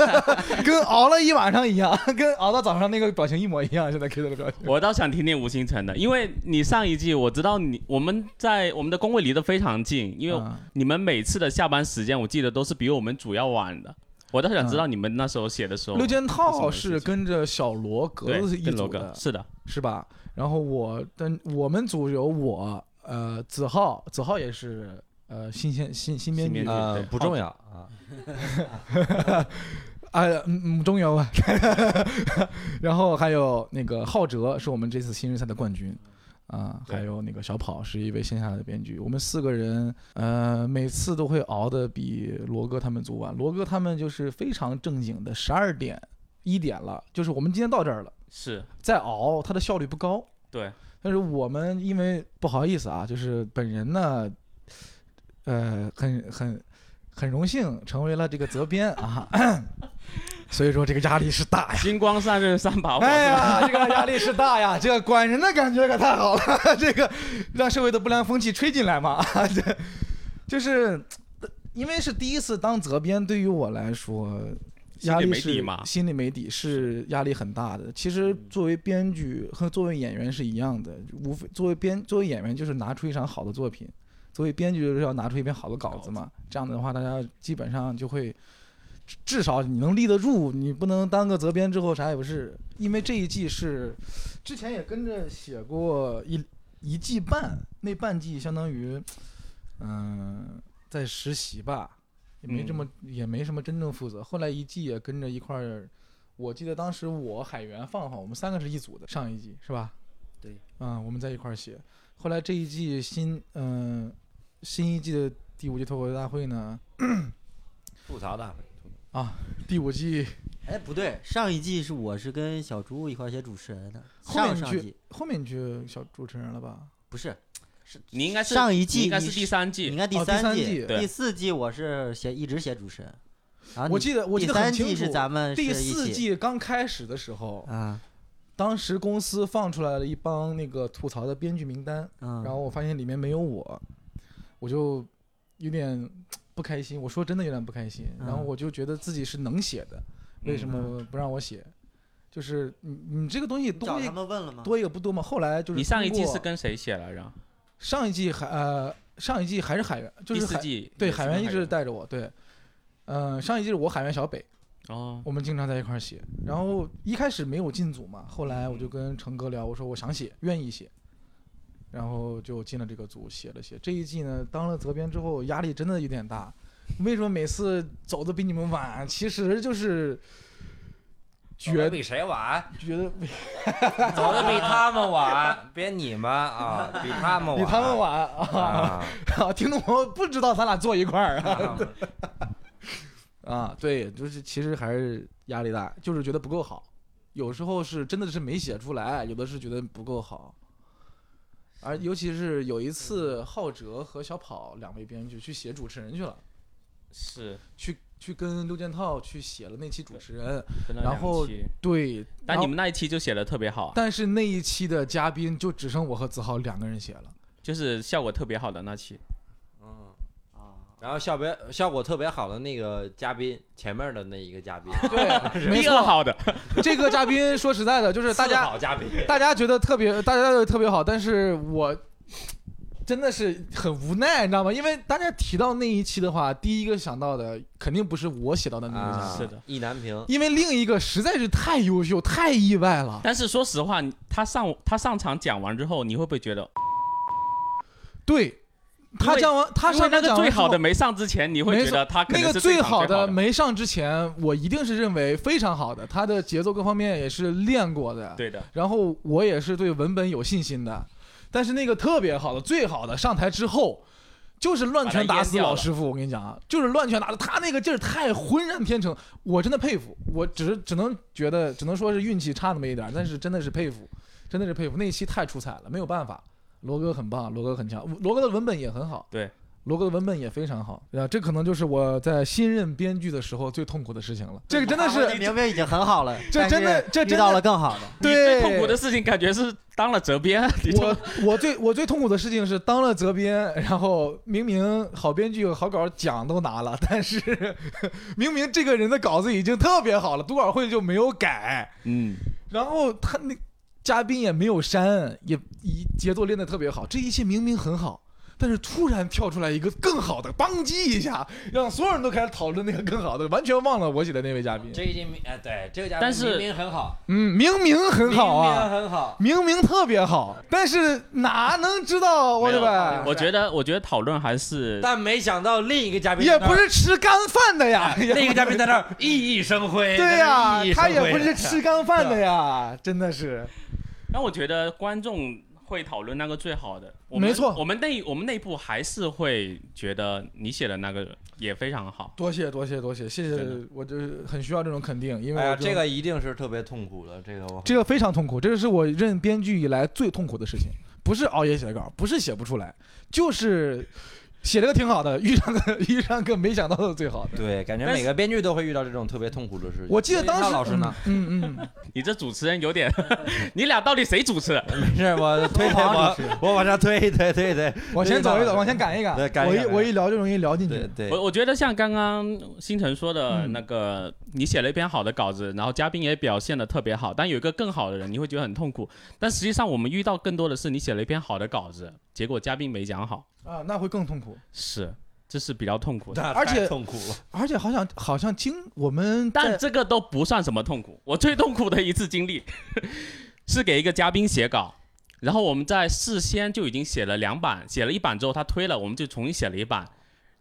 *laughs* 跟熬了一晚上一样， *laughs* 跟熬到早上那个表情一模一样。现在 K 的表情，
我倒想听听吴星辰的，因为你上一季我知道你我们在我们的工位离得非常近，因为
嗯
你们每次的下班时间我记得都是比我们主要晚的。我倒想知道你们那时候写的时候，
六件
是什么
套
事情
是跟着小罗格
对
子一
跟罗
组
哥
的，
是的，
是吧？然后我但我们组有我，呃，子浩，子浩也是呃新鲜新新编
新编
剧
剧，
呃
对
不重要啊，
*laughs* 哎，嗯嗯，中游啊。 *laughs* 然后还有那个浩哲是我们这次新人赛的冠军。啊，
对
还有那个小跑是一位线下的编剧，我们四个人，呃，每次都会熬的比罗哥他们组晚。罗哥他们就是非常正经的，十二点一点了，就是我们今天到这儿了，
是
再熬它的效率不高。
对，
但是我们因为不好意思啊，就是本人呢，呃，很很很荣幸成为了这个责编啊，所以说这个压力是大呀。
金光散日三把火，
哎呀，这个压力是大呀！这个管人的感觉可太好了，这个让社会的不良风气吹进来嘛，这就是因为是第一次当责编，对于我来说，
心
压
里
力
没
是
底嘛，嗯
心里没底是压力很大的。其实作为编剧和作为演员是一样的，无非作为编作为演员就是拿出一场好的作品，作为编剧就是要拿出一篇好的稿子嘛。这样的话，大家基本上就会。至至少你能立得住，你不能当个责编之后啥也不是。因为这一季是，之前也跟着写过一一季半，那半季相当于，嗯、在实习吧，也没这么、
嗯
也没什么真正负责。后来一季也跟着一块儿，我记得当时我海源放放，我们三个是一组的，上一季是吧？
对，
嗯，我们在一块儿写。后来这一季新嗯、新一季的第五季脱口秀大会呢，
吐槽大会，
第五季
哎，不对，上一季是我是跟小猪一块儿写主持人的，
后
上
面你
上
去
季
后面你去小主持人了吧？
不是，
你应该是
上一
你
季
应该是
你
第三季，
你应该
哦第
三
三
季
季、
对
第四季我是写一直写主持人，然
我
后啊你
记得我记
第
得
三
很
季
清楚
是，咱们是
第
一
四
起
季刚开始的时候，
啊，
当时公司放出来了一帮那个吐槽的编剧名单，
嗯，
然后我发现里面没有我，我就有点不开心。我说真的有点不开心，然后
嗯
我就觉得自己是能写的，
嗯
为什么不让我写？就是你你这个东西
你找
东西
他们问了吗？
多一个不多嘛。后来就是
你上一
通
季是
过
跟谁写来着？
上一季海呃上一季还是海源，就
第
是
四
海
季
对
也是
海
跟
源一直带着我对。嗯、上一季是我海源小北，
哦，
我们经常在一块儿写。然后一开始没有进组嘛，后来我就跟成哥聊，我说我想写，愿意写，然后就进了这个组，写了写。这一季呢，当了责编之后，压力真的有点大。为什么每次走的比你们晚？其实就是觉
比谁晚？
觉得
走的比他们晚，别你们啊，比他们晚，
比他们晚啊！
啊。
听众朋友不知道咱俩坐一块儿啊。
啊
啊，对，就是其实还是压力大，就是觉得不够好，有时候是真的是没写出来，有的是觉得不够好。而尤其是有一次，浩哲和小跑两位编剧去写主持人去了，
是
去去跟六件套去写了那期主持人，
跟了
然
两
后
期
对，然
但
后
你们那一期就写的特别好啊，
但是那一期的嘉宾就只剩我和子豪两个人写
*laughs*
了，
就是效果特别好的那期。
嗯，
啊，
然后效别效果特别好的那个嘉宾，前面的那一个嘉宾，
对，没
第二
错，
好的，
这个嘉宾说实在的，就是大
四
家
好嘉宾，
大家觉得特别，大家觉得特别好，但是我真的是很无奈，你知道吗？因为大家提到那一期的话，第一个想到的肯定不是我写到的那个嘉
啊
宾，
是的，
意难平。
因为另一个实在是太优秀、太意外了。
但是说实话，你他上他上场讲完之后，你会不会觉得
对他讲完，他
因为
上
那
台
个
讲
最
完之
好
后
的，没上之前，你会
没
觉得他可
那
能
个
是
最
场
好
最好
的没上之前，我一定是认为非常好的，他的节奏各方面也是练过的。
对的，
然后我也是对文本有信心的，但是那个特别好的、最好的上台之后，就是乱拳打死老师傅。我跟你讲啊，就是乱拳打死他那个劲儿太浑然天成，我真的佩服。我只是只能觉得，只能说是运气差那么一点儿，但是真的是佩服，真的是佩服。那一期太出彩了，没有办法。罗哥很棒，罗哥很强，罗哥的文本也很好。
对。
罗哥的文本也非常好，啊，这可能就是我在新任编剧的时候最痛苦的事情了。这个真的
他们
是，
明明已经很好了，
这
但
真的
是
这
遇
真
到
的
了更好的，
你最
对
痛苦的事情感觉是当了责编，你就
我我最我最痛苦的事情是当了责编，然后明明好编剧好稿奖都拿了，但是 *laughs* 明明这个人的稿子已经特别好了，读稿会就没有改，
嗯，
然后他那嘉宾也没有删，也一节奏练得特别好，这一切明明很好。但是突然跳出来一个更好的，邦击一下，让所有人都开始讨论那个更好的，完全忘了我写的那位嘉宾。
这一明哎，对这个嘉
但是
明明很好，
嗯，明明很好啊，
明明很好。
明明特别好，但是哪能知道我
没
对
有
吧？
我觉得我觉得讨论还是
但没想到另一个嘉宾
也
在那儿
不是吃干饭的呀，
另一个嘉宾在那儿熠熠生
*laughs*
辉，
对呀、
在那儿熠熠生
他
辉
也不是吃干饭的 *laughs* 呀，真的是。
那我觉得观众会讨论那个最好的，我们
没错
我们内我们内部还是会觉得你写的那个也非常好。
多谢多谢多谢，谢
真
谢，我就是很需要这种肯定，因为
哎
我
呀，
觉得
这个一定是特别痛苦的，这个我
这个非常痛苦，这个是我任编剧以来最痛苦的事情，不是熬夜写稿，不是写不出来，就是写了个挺好的，遇上个遇上个没想到的最好的。
对，感觉
但
每个编剧都会遇到这种特别痛苦的事情。
我记得当时
那老师呢？，
嗯嗯
*laughs*
嗯，
你这主持人
*laughs*
有点，你俩到底谁主持？
嗯没事， *laughs* 我推推我我往上推一推推一推，
往前走一走，往前赶一赶
对，赶一
我
赶
一我一聊就容易聊进去
对。对
我我觉得像刚刚星辰说的
嗯
那个，你写了一篇好的稿子，然后嘉宾也表现的特别好，但有一个更好的人，你会觉得很痛苦。但实际上我们遇到更多的是你写了一篇好的稿子，结果嘉宾没讲好，
啊，那会更痛苦。
是，这是比较痛苦的。
那
而且
太痛苦了。
而且好像好像经我们在
但这个都不算什么痛苦。我最痛苦的一次经历是给一个嘉宾写稿，然后我们在事先就已经写了两版，写了一版之后他推了，我们就重新写了一版。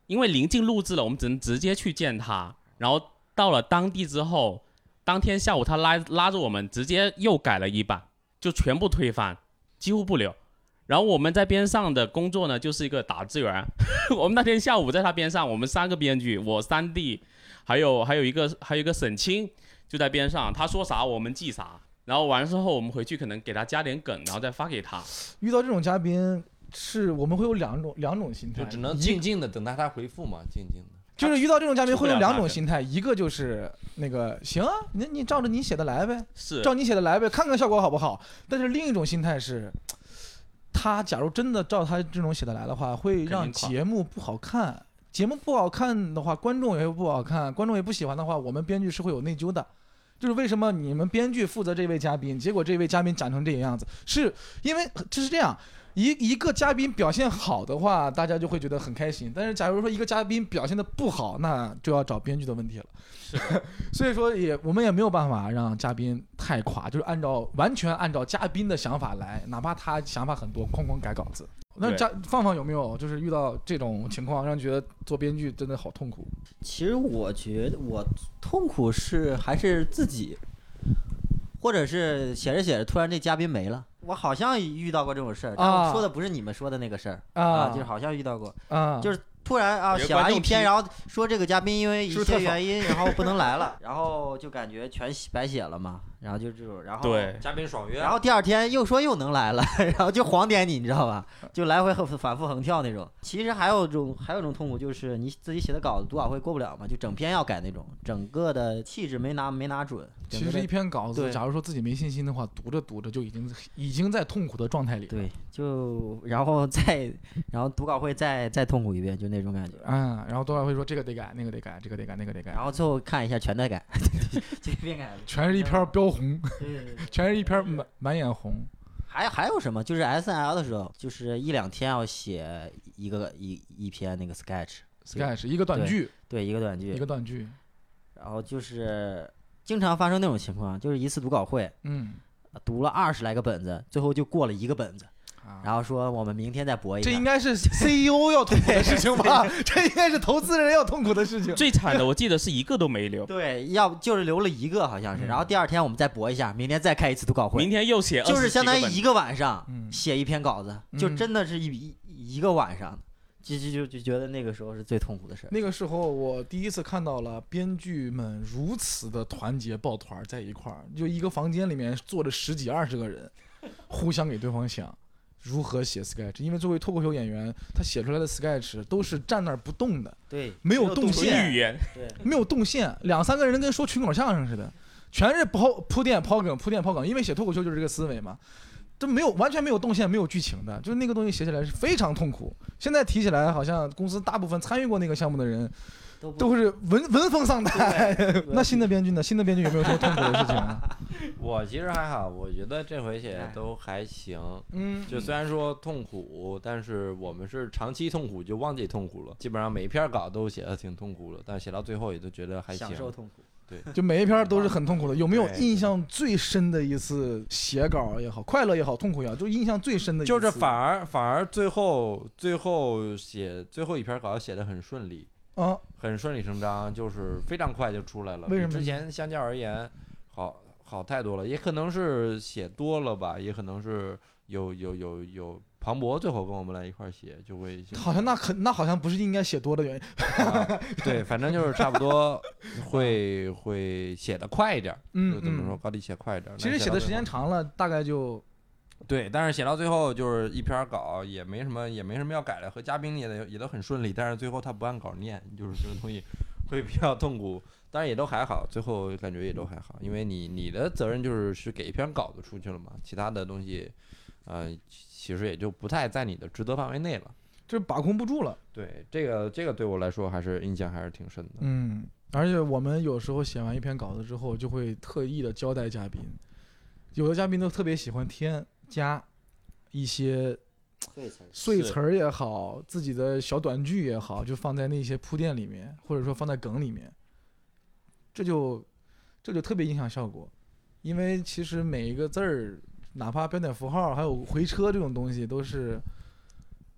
因为临近录制了，我们只能直接去见他。然后到了当地之后，当天下午他拉拉着我们直接又改了一版，就全部推翻，几乎不留。然后我们在边上的工作呢，就是一个打字员。 *laughs* 我们那天下午在他边上，我们三个编剧，我三弟，还有还有一个还有一个沈清就在边上，他说啥我们记啥，然后完了之后我们回去可能给他加点梗，然后再发给他。
遇到这种嘉宾，是我们会有两种两种心态，
就只能静静的等待他回复嘛，静静的。
就是遇到这种嘉宾
出不
会有
了
两
大
种
神
心态，一个就是那个行啊，你你照着你写的来呗，
是
照你写的来呗，看看效果好不好。但是另一种心态是，他假如真的照他这种写的来的话，会
定
让
垮
节目不好看。节目不好看的话，观众也会不好看，观众也不喜欢的话，我们编剧是会有内疚的。就是为什么你们编剧负责这位嘉宾，结果这位嘉宾讲成这个样子，是因为这是这样。一一个嘉宾表现好的话，大家就会觉得很开心。但是，假如说一个嘉宾表现的不好，那就要找编剧的问题了。 *laughs* 所以说也我们也没有办法让嘉宾太垮，就是按照完全按照嘉宾的想法来，哪怕他想法很多，哐哐改稿子。那
对
嘉放放有没有就是遇到这种情况，让你觉得做编剧真的好痛苦？
其实我觉得我痛苦是还是自己，或者是写着写着突然这嘉宾没了，我好像遇到过这种事儿，但
啊
我说的不是你们说的那个事儿
啊
就是好像遇到过，
啊，
就是突然啊
我觉得
写
观
完
众
一篇，
批
然后说这个嘉宾因为一
是不是特
些
少
原因，然后不能来了，然后就感觉全写白写了嘛，然后就这种，然后
对，
嘉宾爽约
然后第二天又说又能来了， *laughs* 然后就黄点你，你知道吧？就来回横反复横跳那种。其实还有一种还有一种痛苦，就是你自己写的稿子读稿会过不了嘛，就整篇要改那种，整个的气质没拿没拿准。整
其
个
实一
的
篇稿子，
对
假如说自己没信心的话，读着读着就已经已经在痛苦的状态里了。
对，就然后再然后读稿会再再痛苦一遍，就那种感觉。
啊，然后多少会说这个得改，那个得改，这个得改，那个得改
然，后最后看一下全在改， *laughs* 这边改了。
全是一篇标红， *laughs*
对对对
全是一篇满满眼红。
还还有什么？就是 S N L 的时候，就是一两天要写一个一一篇那个 sketch，
sketch 一个短
对
剧，
对，一个短剧，
一个短剧，
然后就是经常发生那种情况，就是一次读稿会，
嗯
读了二十来个本子，最后就过了一个本子，
啊，
然后说我们明天再搏一
这应
下。
该是 CEO 要痛苦的事情吧？这应该是投资人要痛苦的事情。
最惨的我记得是一个都没留，
对，要不就是留了一个好
嗯
像是，然后第二天我们再搏一下，明天再开一次读稿
明
会，
天又写20
就是相当于
几
一
个
个晚
*laughs*
上
嗯
写一篇稿子，就
嗯
真的是一一一个晚上，就就就就觉得那个时候是最痛苦的事儿。
*laughs* 那个时候，我第一次看到了编剧们如此的团结抱团儿在一块儿，就一个房间里面坐着十几二十个人，互相给对方想如何写 sketch。因为作为脱口秀演员，他写出来的 sketch 都是站那儿不动的，
对，
没有
没有
动
动
本
线
纯，语言，
对，
没有动线，两三个人跟说群口相声似的，全是抛铺垫、抛梗、铺垫、抛梗，因为写脱口秀就是这个思维嘛，这没有完全没有动线、没有剧情的，就是那个东西写起来是非常痛苦。现在提起来，好像公司大部分参与过那个项目的人
都不
都是闻闻风丧胆。那新的编剧呢？新的编剧有没有什么痛苦的事情啊？
我其实还好，我觉得这回写
哎
都还行。
嗯，
就虽然说痛苦，但是我们是长期痛苦，就忘记痛苦了。基本上每一篇稿都写的挺痛苦了，但写到最后也都觉得还行
享。受痛苦。
就每一篇都是很痛苦的。有没有
对
印象最深的一次写稿也好，快乐也好，痛苦也好，就印象最深的一次？
就是反而反而最后最后写最后一篇稿写的很顺利，
啊，
很顺理成章，就是非常快就出来了。
为什么
比
呢
之前相较而言，好好太多了，也可能是写多了吧，也可能是有有有有庞博最后跟我们来一块儿写，就会就
好像那可那好像不是应该写多的原因。
啊对，反正就是差不 *laughs* 多会会写的快一点儿，
嗯
就怎么
嗯
说高低写快一点儿。
其实
但
写的
到
时
最
间
后
长了，大概就
对，但是写到最后就是一篇稿也没什么也没什么要改的，和嘉宾也得也都很顺利，但是最后他不按稿念，就是这个东西 *laughs* 会比较痛苦，当然也都还好，最后感觉也都还好，因为你你的责任就是是给一篇稿子出去了嘛，其他的东西，呃，其实也就不太在你的职责范围内了。
就是把控不住了。
对，这个这个对我来说还是印象还是挺深的。
嗯，而且我们有时候写完一篇稿子之后，就会特意的交代嘉宾，有的嘉宾都特别喜欢添加一些
对才是
碎词儿也好，自己的小短句也好，就放在那些铺垫里面，或者说放在梗里面，这就这就特别影响效果，因为其实每一个字儿，哪怕标点符号还有回车这种东西，都是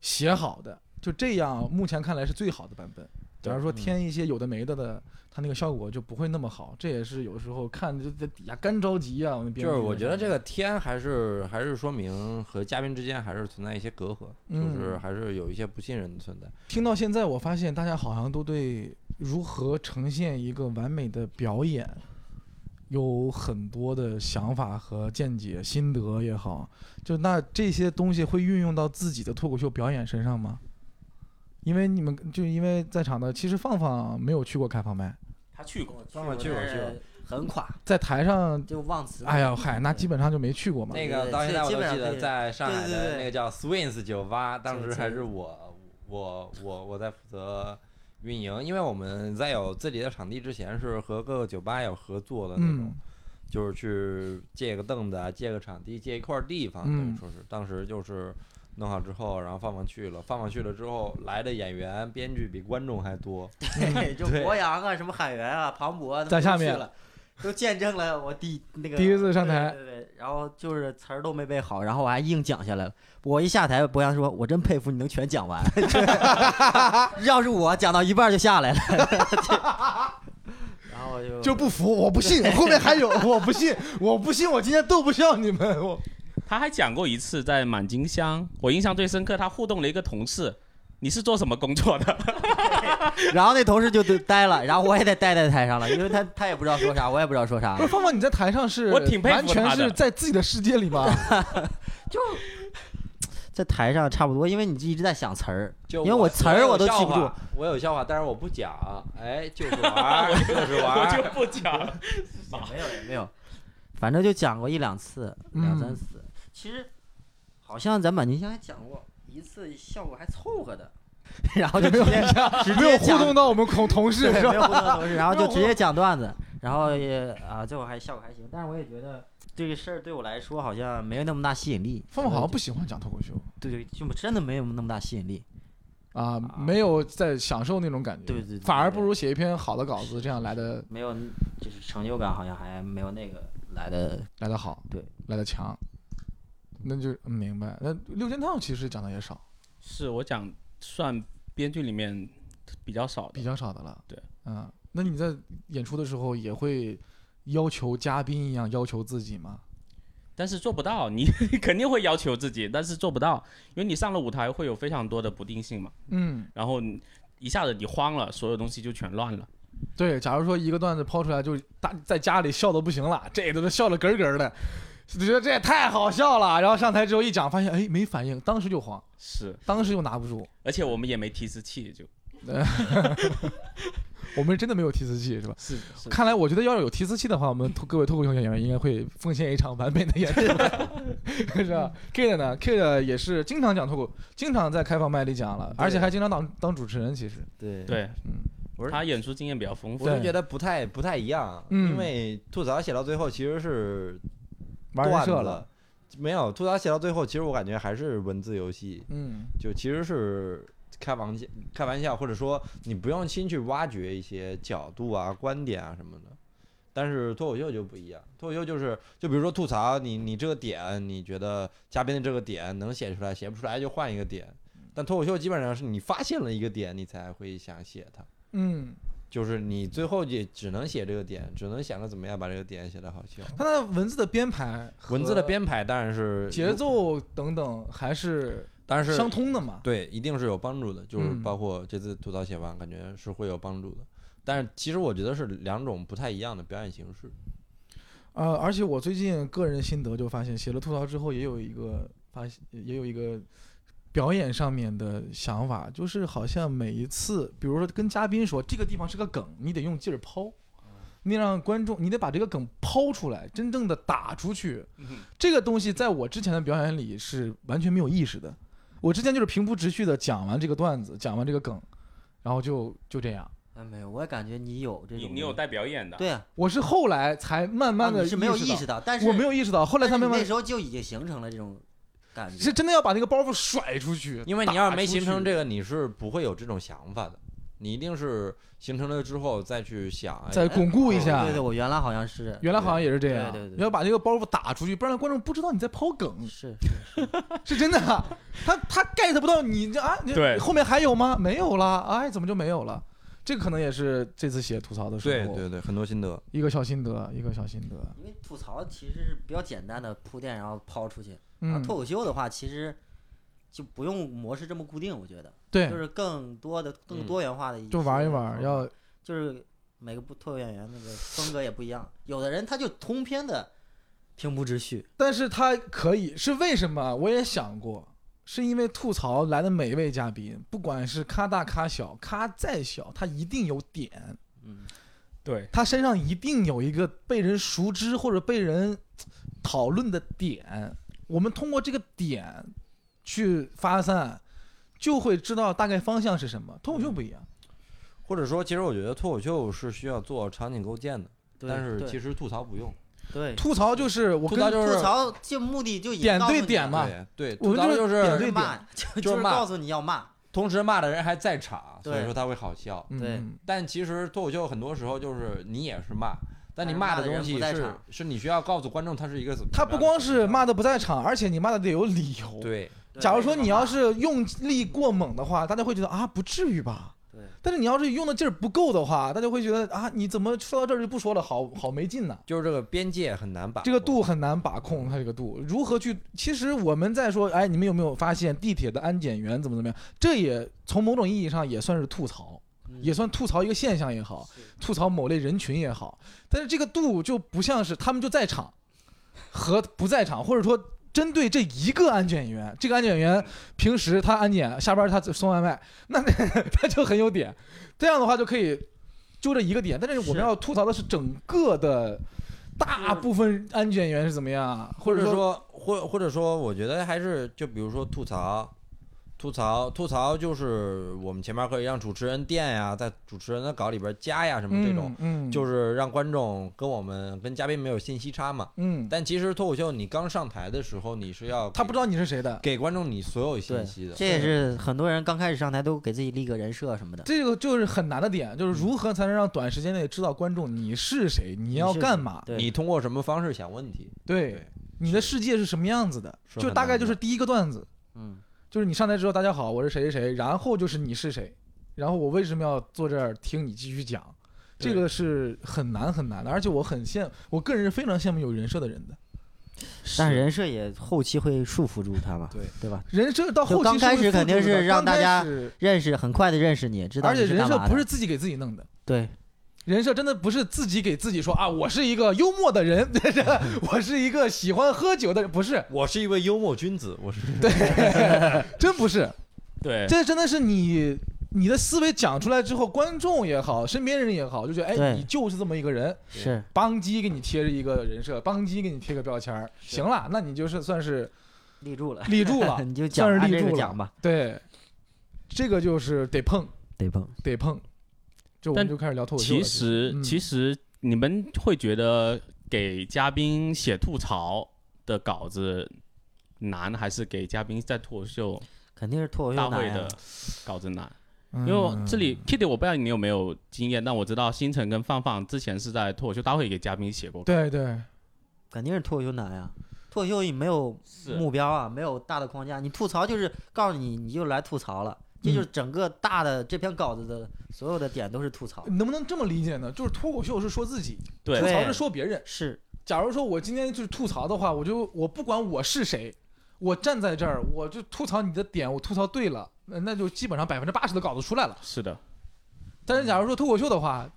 写好的，就这样，目前看来是最好的版本。假
嗯
如说添一些有的没的的，它那个效果就不会那么好。这也是有时候看就在底下干着急啊。我们编
就是
剧
我
在
觉得
上
这
面
个天还是还是说明和嘉宾之间还是存在一些隔阂，就是
嗯
还是有一些不信任的存在。
嗯
听到现在，我发现大家好像都对如何呈现一个完美的表演有很多的想法和见解、心得也好，就那这些东西会运用到自己的脱口秀表演身上吗？因为你们就因为在场的，其实放放没有去过开放麦，
他去过，
放放去吧去吧，
很垮，
在台上，
就忘词。
哎呀嗨，那基本上就没去过嘛。
那
对
个到
所以
现在我
基
都
本上
记
可
得，
以
在上海
对对
的
对
那个叫 Swings 酒吧，当
这
时
个
还是我我我我在负责运营，因为我们在有自己的场地之前是和各个酒吧有合作的那种
嗯，，
就是去借个凳子啊，借个场地，借一块地方，等于
嗯
说是当时就是弄好之后，然后放放去了，放放去了之后，来的演员编剧比观众还多，
*laughs*
对，就
对
博洋啊，什么海源啊，庞博啊，
嗯在下面
都去了，都见证了我第那个
*laughs* 第一次上台
对对对，然后就是词儿都没背好，然后我还硬讲下来了。我一下台，博洋说：“我真佩服你能全讲完。” *laughs* 要是我讲到一半就下来了， *laughs* 然后我就
就不服，我不信，后面还有，我不信，我不信，我今天斗不笑你们，我
他还讲过一次在满金香，我印象最深刻，他互动了一个同事，你是做什么工作的？
然后那同事就都呆了，然后我也得呆在台上了，因为他他也不知道说啥，我也不知道说啥
不，是放放你在台上是
我挺佩服
完全
他的
是在自己的世界里吧？
在台上差不多，因为你就一直在想词儿，
就
因为我词儿
我
我都
有
记
笑
不住
话，我有笑话，但是我不讲，哎， *laughs* 就是玩儿，就是玩
我就
儿，
不讲了。
没 *laughs* 有也没有，反正就讲过一两次，
嗯
两三次。其实好像咱满金香还讲过一次，效果还凑合的， *laughs* 然后就直接
*laughs*
直接
没有互
讲
动到我们同同事
对，
是吧？
没有互动的同事，然后就直接讲段子，然后也啊，最后还效果还行，但是我也觉得这个事儿对我来说好像没有那么大吸引力。
放放好像不喜欢讲脱口秀
对对，就真的没有那么大吸引力。
啊，没有在享受那种感觉，
对对对
反而不如写一篇好的稿子，这样来的
没有，就是成就感好像还没有那个来的。
来的好，
对，
来的强。那就嗯明白。那六件套其实讲的也少，
是我讲算编剧里面比较少
比
的，
较少的了。
对，
嗯，那你在演出的时候也会要求嘉宾一样要求自己吗？
但是做不到，你 *laughs* 肯定会要求自己，但是做不到，因为你上了舞台会有非常多的不定性嘛，
嗯，
然后你一下子你慌了，所有东西就全乱了。
对。假如说一个段子抛出来就大在家里笑的不行了，这都是笑的咯咯的，就觉得这也太好笑了。然后上台之后一讲，发现哎没反应，当时就慌，
是，
当时就拿不住。
而且我们也没提示器，就
我们真的没有提词器是吧？
是是
看来，我觉得要是有提词器的话，我们脱各位脱口秀演员应该会奉献一场完美的演
*laughs*
出，是吧？Kid 呢？Kid 也是经常讲脱口，经常在开放麦里讲了，而且还经常当当主持人。其实，
对
对
嗯，
我是
他演出经验比较丰富
我。
对
是觉得不太不太一样，
嗯
因为吐槽写到最后其实是
玩人
段
设
子，没有吐槽写到最后，其实我感觉还是文字游戏，
嗯
就其实是开玩笑，开玩笑，或者说你不用亲去挖掘一些角度啊、观点啊什么的。但是脱口秀就不一样，脱口秀就是就比如说吐槽你你这个点，你觉得嘉宾的这个点能写出来，写不出来就换一个点。但脱口秀基本上是你发现了一个点，你才会想写它。
嗯。
就是你最后也只能写这个点，只能想着怎么样把这个点写得好笑。
他的文字的编排、
文字的、编排当然是
节，奏等等还是
当然是
相通的嘛？
对，一定是有帮助的。就是
嗯
包括这次吐槽写完，感觉是会有帮助的。但是其实我觉得是两种不太一样的表演形式。
呃，而且我最近个人心得就发现，写了吐槽之后，也有一个发，也有一个表演上面的想法，就是好像每一次，比如说跟嘉宾说这个地方是个梗，你得用劲儿抛，
嗯
你得让观众，你得把这个梗抛出来，真正的打出去。
嗯
这个东西在我之前的表演里是完全没有意识的，我之前就是平铺直叙的讲完这个段子，讲完这个梗，然后就就这样。
哎，没有，我也感觉你有这
你
种。
你有带表演的，
对啊，
我是后来才慢慢
啊
的、
你是没有意识，到，但是
我没有意识到，后来
但
才
是
慢
你
慢
那时候就已经形成了这种感觉。
是真的要把那个包袱甩出去，
因为你要是
打
没
出
形成
去
这个，你是不会有这种想法的。你一定是形成了之后再去想，哎
再巩固一下。
哦对对，我原来好像是
原来好像也是这样，
对对对对
要把这个包袱打出去，不然观众不知道你在抛梗， *laughs*
是
是真的。啊他他 get 不到你这啊，你
对
后面还有吗？没有了，哎，怎么就没有了？这个可能也是这次写吐槽的时
对
候，
对对，很多心得。
一个小心得，一个小心得。
因为吐槽其实是比较简单的铺垫，然后抛出去。然后
嗯，
脱口秀的话，其实就不用模式这么固定，我觉得
对
就，是更多的、更
嗯
多元化的一些方法，
就玩一玩，要
就是每个不脱口演员那个风格也不一样，有的人他就通篇的平铺直叙，
但是他可以是为什么？我也想过，是因为吐槽来的每一位嘉宾，不管是咖大咖小，咖再小，他一定有点，
嗯，
对，
他身上一定有一个被人熟知或者被人讨论的点。我们通过这个点去发散，就会知道大概方向是什么。脱口秀不一样，
或者说，其实我觉得脱口秀是需要做场景构建的，
对
但是
对
其实吐槽不用。
对
吐槽就是我
嗯吐
跟
槽就是
吐槽就目的就引
点
告诉
对
你
点嘛
对对，
我
吐
们
槽就
点
是
对
骂就
就是
是
骂
告诉你要骂，
同时骂的人还在场，所以
对
说他会好笑。
嗯
对
嗯
但其实脱口秀很多时候就是你也是骂，但你
但是
骂
骂的人
东西
不在
是
场
是你需要告诉观众他是一个怎么样的
他
人。
不光是骂的不在场，而且你骂的得有理由。
对，
对
假如说
骂
你要是用力过猛的话，大家会觉得啊不至于吧。
对
但是你要是用的劲儿不够的话，大家会觉得啊你怎么说到这儿就不说了，好好没劲呐。
就是这个边界很难把
这个
握。
度很难把控，它这个度如何去？其实我们在说，哎，你们有没有发现地铁的安检员怎么怎么样？这也从某种意义上也算是吐槽，
嗯
也算吐槽一个现象也好，吐槽某类人群也好。但是这个度就不像是他们就在场和不在场，或者说针对这一个安检员，这个安检员平时他安检，下班他送外卖， *laughs* 那他就很有点。这样的话就可以揪着一个点，但是我们
是
要吐槽的是整个的。大部分安检员是怎么样啊，或
或
者
者说，或或者说，我觉得还是就比如说吐槽，吐槽，吐槽，就是我们前面可以让主持人垫呀，在主持人的稿里边加呀什么这种，，
嗯，，
就是是让观众跟我们跟嘉宾没有信息差嘛。
嗯，
但其实脱口秀你刚上台的时候，你是要
他不知
道
道你是谁的，
给观众你所有
对
信息的，
这也是很多人刚开始上台都给自己立个人设什么的，
这个就是很难的点，就是如何才能让短时间内知道观众你是谁，你要
是
干嘛，
对
你通过什么方式想问题？
对
对，
你的世界是什么样子的，
是
就
很
大概
难
就
的
是第一个段子，
嗯，
就是你上台之后，大家好，我是谁谁谁，然后就是你是谁，然后我为什么要坐这儿听你继续讲，这个是很难很难的，而且我很羡，我个人是非常羡慕有人设的人的，
但人设也后期会束缚住他嘛，
对
对吧？
人设到
就
后期
刚
是
开
会
始
附
肯定
着的
是让
刚
大
开
家
始
认识很快的认识你，知道
而
你
且
是
人
干
设
嘛
不
的
是自己给自己弄的，
对
人设真的不是自己给自己说啊，我是一个幽默的人， *laughs* 我是一个喜欢喝酒的人，不是，
我是一位幽默君子，我是
*laughs* 真不是，
对，
这真的是你你的思维讲出来之后，观众也好，身边人也好，就觉得哎，
对
你就是这么一个人，
是
邦基给你贴着一个人设，邦基给你贴个标签儿，行了，那你就是算是
立住了，
立住了，
*laughs*
*laughs*
你就讲
算是
按
立
这
住
个
了
讲吧，，
对，这个就是得碰
得碰。
得碰，就我
但
们就开始聊脱口秀了。
其实、
嗯
其实你们会觉得给嘉宾写吐槽的稿子难，还是给嘉宾在脱口秀
肯定是脱口
大
秀
会
男
的
呀，
稿子难？
嗯，
因为我这里 Kitty 我不知道你有没有经验，但我知道星辰跟放放之前是在脱口秀大会给嘉宾写过稿，
对对，
肯定是脱口秀男呀。脱口秀你没有
是
目标啊，没有大的框架，你吐槽就是告诉你你就来吐槽了，这
嗯
就是整个大的这篇稿子的所有的点都是吐槽，
能不能这么理解呢？就是脱口秀是说自己，
对
吐槽
对
是说别人。
是
假如说我今天就是吐槽的话，我就我不管我是谁，我站在这儿，我就吐槽你的点，我吐槽对了，呃那就基本上百分之八十的稿子出来了。
是的，
但是假如说脱口秀的话，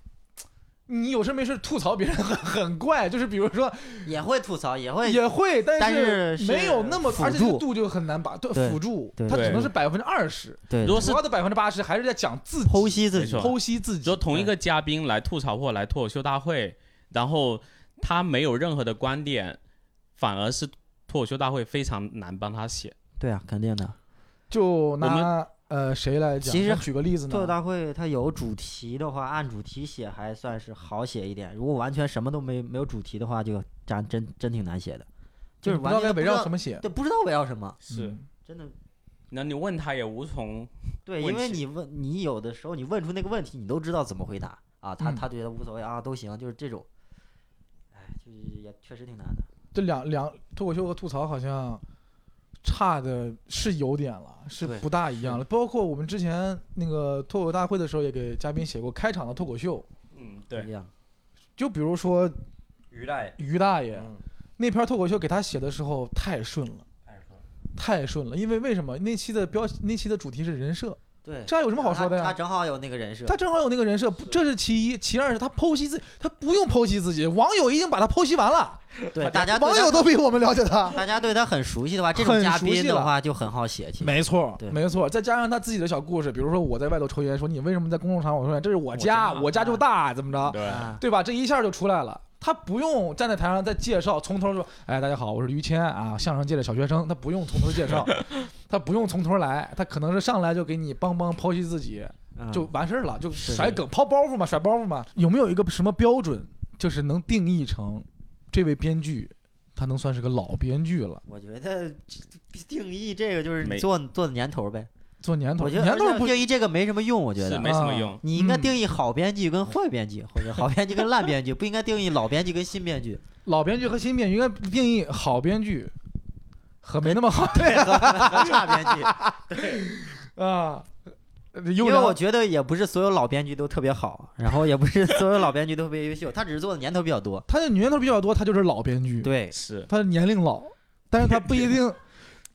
你有事没事吐槽别人很很怪，就是比如说
也会吐槽，也会
也会，但
但是是
没有那么，
辅
而且这个
助
度就很难把对
对
辅助，
对
它只
对
能是百分之二十，
对
如果是
主要的百分之八十还是在讲自己，
剖析自
没
己
错，
剖析自己
说。同一个嘉宾来吐槽或来脱口秀大会，然后他没有任何的观点，反而是脱口秀大会非常难帮他写。
对啊，肯定的。
就拿呃谁来讲？
其实
咱举个例子
脱口
呢，
大会它有主题的话，按主题写还算是好写一点。如果完全什么都没没有主题的话，就真真真挺难写的，就是
不知
完
道
全
该
不
围
知
绕
道
什么写。
对，不知道围绕
*laughs*
什么，
是，
嗯
真的
那你问他也无从。
对，
问
因为
题
你问你有的时候你问出那个问题，你都知道怎么回答啊，他
嗯
他觉得无所谓啊，都行，就是这种，哎，就是也确实挺难的。
这两两脱口秀和吐槽好像差的是有点了，是
对
不大一样了。包括我们之前那个脱口大会的时候，也给嘉宾写过开场的脱口秀，
嗯，
就这，样
就比如说
于大爷。
于大爷、
嗯
那篇脱口秀，给他写的时候太顺了，太顺了，因为为什么那期的标那期的主题是人设，
对，
这还有什么好说的
他他
呀？
正好有那个人设，
他正好有那个人设，不这是其一，其二是他剖析自己，他不用剖析自己，网友已经把他剖析完了。
对大家对
网
他
友都比我们了解他。
大家对他很熟悉的话，这种
很
嘉
熟
宾
悉
的
了
话就很好写。其实
没错
对
没错。再加上他自己的小故事，比如说我在外头抽烟，说你为什么在公共场所抽烟？这是我家，
我家嗯
我家就大，怎么着？
对，
啊，
对吧？这一下就出来了，他不用站在台上再介绍，从头说，哎，大家好，我是于谦啊，相声界的小学生，他不用从头介
*laughs*
绍，他不用从头来，他可能是上来就给你帮帮剖析自己
啊
嗯
就完事儿了，就是甩梗抛包袱嘛，甩包袱嘛。有没有一个什么标准，就是能定义成这位编剧，他能算是个老编剧了？
我觉得定义这个就是
没
你做做的年头呗。
做年头，
我觉得
年头
而且
不
定义这个没什么用，我觉
是
得
没什么
啊
用。
你应该
嗯
定义好编剧跟坏编剧，或者好编剧跟烂编剧，不应该定义老编剧跟新
*laughs*
编剧。
老编剧和新编剧应该定义好编剧和没那么好对
差编
*laughs*
剧，
啊，
因
因
为我觉得也不是所有老编剧都特别好，然后也不是所有老编剧都特别优秀，他只是做的年头比较多。
他的年头比较多，他就是老编剧，
对，
是，
他年龄老，但是他不一
*laughs*
定，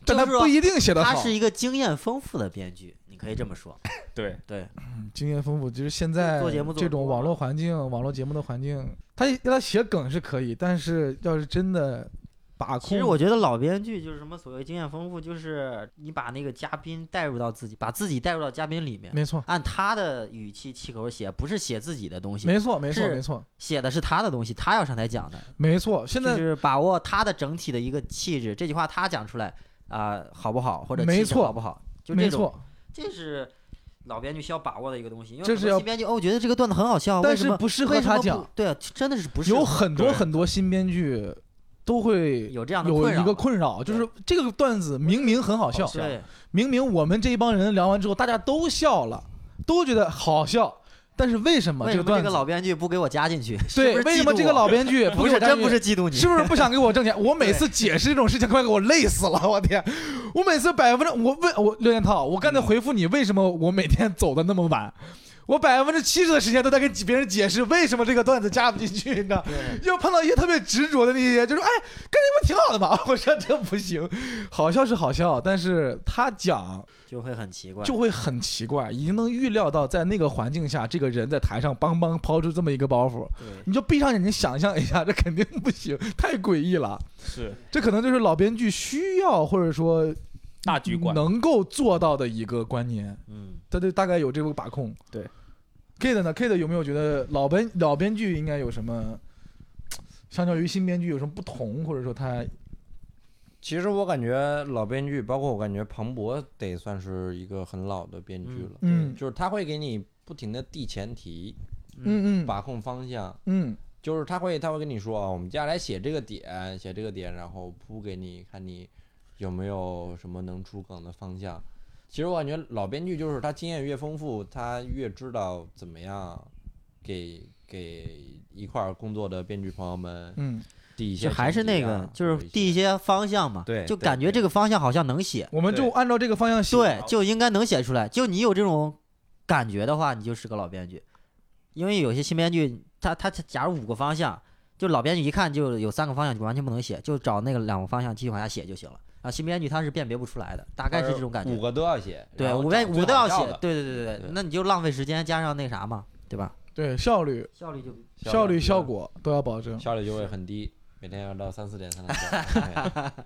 但他
就是说
不一定写得
他
好。哎
是一个经验丰富的编剧，你可以这么说。
对，
对，
嗯经验丰富，就是现在
做节目做
这种网络环境、网络节目的环境，他他写梗是可以，但是要是真的把控，
其实我觉得老编剧就是什么所谓经验丰富，就是你把那个嘉宾带入到自己，把自己带入到嘉宾里面，
没错，
按他的语气气口写，不是写自己的东西，
没错，没错，
是
没错，
写的是他的东西，他要上台讲的，
没错。现
就
在
是把握他的整体的一个气质。这句话他讲出来啊、好不好，或者
没
气质
错
好不好，就
没
这种，
错，
这是老编剧需要把握的一个东西。因为
这
很
是
多
要
新编剧哦，我觉得这个段子很好笑，为
但
什
是
么
不适合
为什
他
么不
讲。
对啊，真的是不适
有
合
很多
对
很多新编剧都会
有这样的
有
困扰
一个
吧
困扰，就是这个段子明明很好笑，
对
明明我们这一帮人聊完之后，大家都笑了，都觉得好笑，但是为什么
为
这
什
个
么这
段
个
子？
老编剧不给我加进去？ *laughs* 是
对
不，是
为
嫉
什么
妒
这个
我
老编
*laughs*
剧
不
不
是
是
真
*laughs*
不是嫉妒你，
是不是不想给我挣钱？我每次解释这种事情，快给我累死了！我天，我每次百分之我问我刘建涛，我刚
嗯
才回复你为什么我每天走的那么晚，我百分之七十的时间都在跟别人解释为什么这个段子加不进去，你知道？
对
要碰到一些特别执着的那些，就说哎，跟你不挺好的吗？ *laughs* 我说这不行，好笑是好笑，但是他讲
就会很奇怪。
就会很奇怪，已经能预料到在那个环境下，这个人在台上邦邦抛出这么一个包袱，
对，
你就闭上眼睛想象一下，这肯定不行，太诡异了。
是
这可能就是老编剧需要或者说
大局观。
能够做到的一个观念，
嗯，
他对大概有这个把控。
对
，Kate 呢？Kate 有没有觉得老编老编剧应该有什么，相较于新编剧有什么不同，或者说他
其实我感觉老编剧，包括我感觉庞博得算是一个很老的编剧了，
嗯
就是他会给你不停的递前提，
嗯嗯
把控方向，
嗯
就是他会他会跟你说啊，我们接下来写这个点，写这个点，然后铺给你，看你有没有什么能出梗的方向。其实我感觉老编剧就是他经验越丰富，他越知道怎么样给给一块儿工作的编剧朋友们
嗯，
递一些
就
前提啊、
还是那个，就是
或者
递一些方向嘛。
对
就
对
感觉
对
这个方向好像能写，
我们就
对
按照这个方向写。
对，就应该能写出来。就你有这种感觉的话，你就是个老编剧。因为有些新编剧，他他假如五个方向，就老编剧一看就有三个方向就完全不能写，就找那个两个方向继续往下写就行了。啊，新编剧他是辨别不出来的，大概是这种感
五
觉。
个都要写，
对，
然后
五
找
遍
最
五都
好
要
笑
写
的，
对对对对
对呃
对，那你就浪费时间，加上那啥嘛，对吧？
对效率、
效率就
效率、
就
效果都要保证。
效率就会很低，每天要到三四点才能
*laughs*
交。对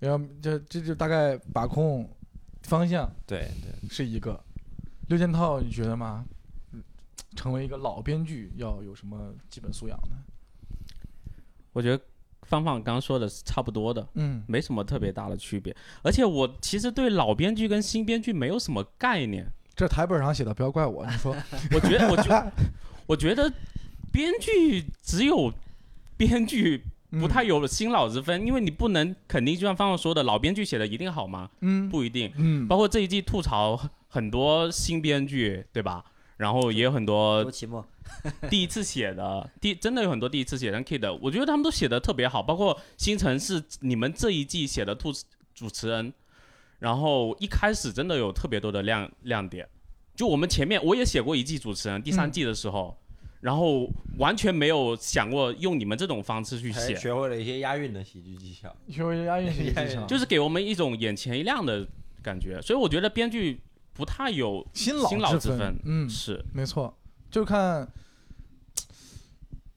然后这这就大概把控方向
对对，
是一个。六件套，你觉得吗？嗯成为一个老编剧要有什么基本素养呢？
我觉得芳芳刚说的是差不多的，
嗯
没什么特别大的区别。而且我其实对老编剧跟新编剧没有什么概念，，
这台本上写的，不要怪我。你说
我觉得，我觉，我觉得编剧只有编剧。不太有新老之分，因为你不能肯定，就像方芳说的，老编剧写的一定好吗？
嗯
不一定。
嗯
包括这一季吐槽很多新编剧，对吧？然后也有
刘
很多
启墨，
第一次写的，第真的有很多第一次写的 kid，我觉得他们都写的特别好。包括新城是你们这一季写的吐主持人，然后一开始真的有特别多的亮亮点。就我们前面我也写过一季主持人，第三
嗯
季的时候，然后完全没有想过用你们这种方式去
还
写，
学会了一些押韵的喜剧技巧。
学会押韵是一技巧，
就是给我们一种眼前一亮的感觉。所以我觉得编剧不太有
新老
新老
之
之
分
分，
嗯
是
没错，就看，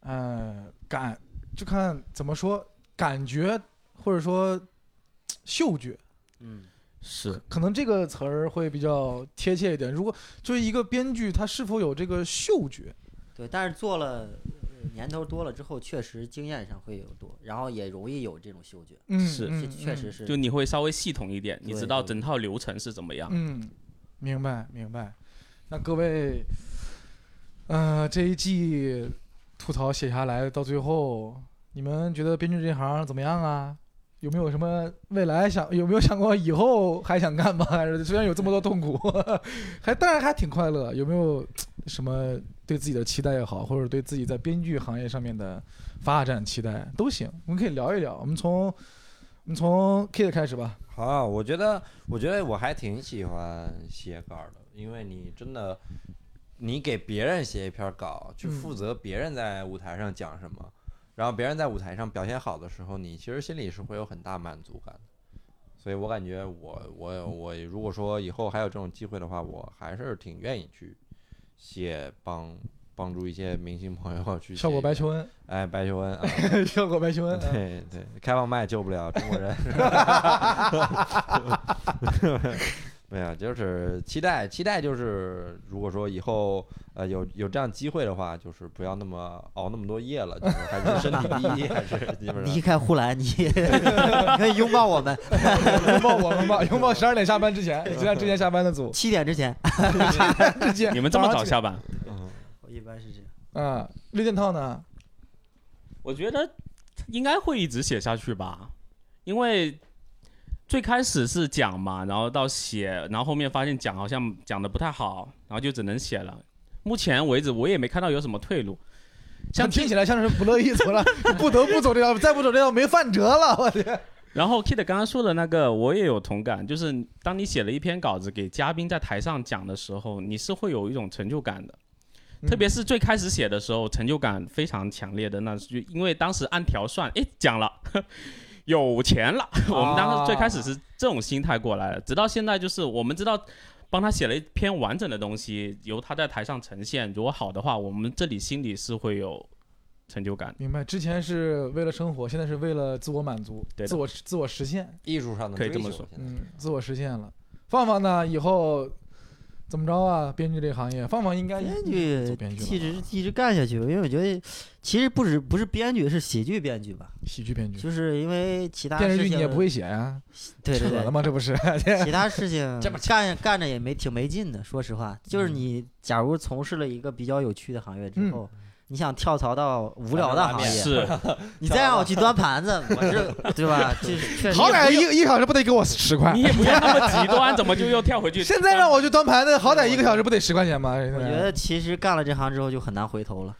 呃，感就看怎么说，感觉或者说嗅觉，
嗯，
是
可能这个词儿会比较贴切一点。如果就是一个编剧，他是否有这个嗅觉？
对，但是做了呃年头多了之后，确实经验上会有多，然后也容易有这种嗅觉，
嗯，
是
嗯
这确实，是。
就你会稍微系统一点，你
对
知道
对
整套流程是怎么样。
嗯，嗯明白明白。那各位，呃，这一季吐槽写下来到最后，你们觉得编剧这行怎么样啊？有没有什么未来想？有没有想过以后还想干吗？ *laughs* 还是虽然有这么多痛苦， *laughs* 还当然还挺快乐。有没有什么对自己的期待也好，或者对自己在编剧行业上面的发展期待都行，我们可以聊一聊。我们从我们从 Kid 开始吧。
好，我觉得，我觉得我还挺喜欢写稿的，因为你真的，你给别人写一篇稿，去
嗯
负责别人在舞台上讲什么，然后别人在舞台上表现好的时候，你其实心里是会有很大满足感的。所以我感觉我，我我如果说以后还有这种机会的话，我还是挺愿意去写帮帮助一些明星朋友去
效
写
果
一
白
篇
求恩， *laughs*
哎白求恩啊，
效果白求
*laughs*
恩。嗯
对对，开放麦救不了中国
*laughs*
人。没有，就是期待，期待就是，如果说以后呃有有这样机会的话，就是不要那么熬那么多夜了，就是还是身体第一，还是基本
离 *laughs*
上。
开
*laughs*
呼兰，你你可以拥抱我们。
拥抱我们吧，拥抱十二点下班之前，尽量之前下班的
*laughs*
组，
七点之前，
之前
你们这么早下班？
嗯
*laughs* 我一般是这样。
啊？绿箭套呢？
我觉得应该会一直写下去吧，因为最开始是讲嘛，然后到写，然后后面发现讲好像讲的不太好，然后就只能写了。目前为止，我也没看到有什么退路。像
听
听，
起来像是不乐意
*laughs*
走了，不得不走这条， *laughs* 再不走这条没饭辙了。我天，
然后 Kid 刚刚说的那个，我也有同感，就是当你写了一篇稿子给嘉宾在台上讲的时候，你是会有一种成就感的。特别是最开始写的时候，成就感非常强烈的那是，因为当时按条算，诶，讲了， *laughs* 有钱了。 *laughs* 我们当时最开
哦
始
啊
是这种心态过来的，直到现在就是我们知道，帮他写了一篇完整的东西，由他在台上呈现，如果好的话，我们这里心里是会有成就感的。
明白，之前是为了生活，现在是为了自我满足，
对的
自我自我实现，
艺术上的
可以这
追
么
求
说
现在
嗯，自我实现了。放放呢？以后怎么着啊？编剧这行业，放放应该
编
嗯走
剧
编剧
一
了啊
直
吧，
一直干下去吧，因为我觉得其实不止不是编剧，是喜剧编剧吧，
喜剧编剧，
就是因为其他
嗯电视
事
剧
情
你也不会写呀？
对
扯
对
了
对，
吗？这不是？ *laughs*
其他事情
这么
干干着也没挺没劲的，说实话，就是
嗯
你假如从事了一个比较有趣的行业
嗯
之后。你想跳槽到无聊的
反正
行
拉面
业，
是，
你再让我去端盘子，我是对吧？就是确实
好歹一一个小时不得给我十块
你？也不用那么极端，怎么就又跳回
*laughs*
去？
现在让我去端盘子，好歹一个小时不得十块钱吗？我
我觉得其实干了这行之后就很难回头了，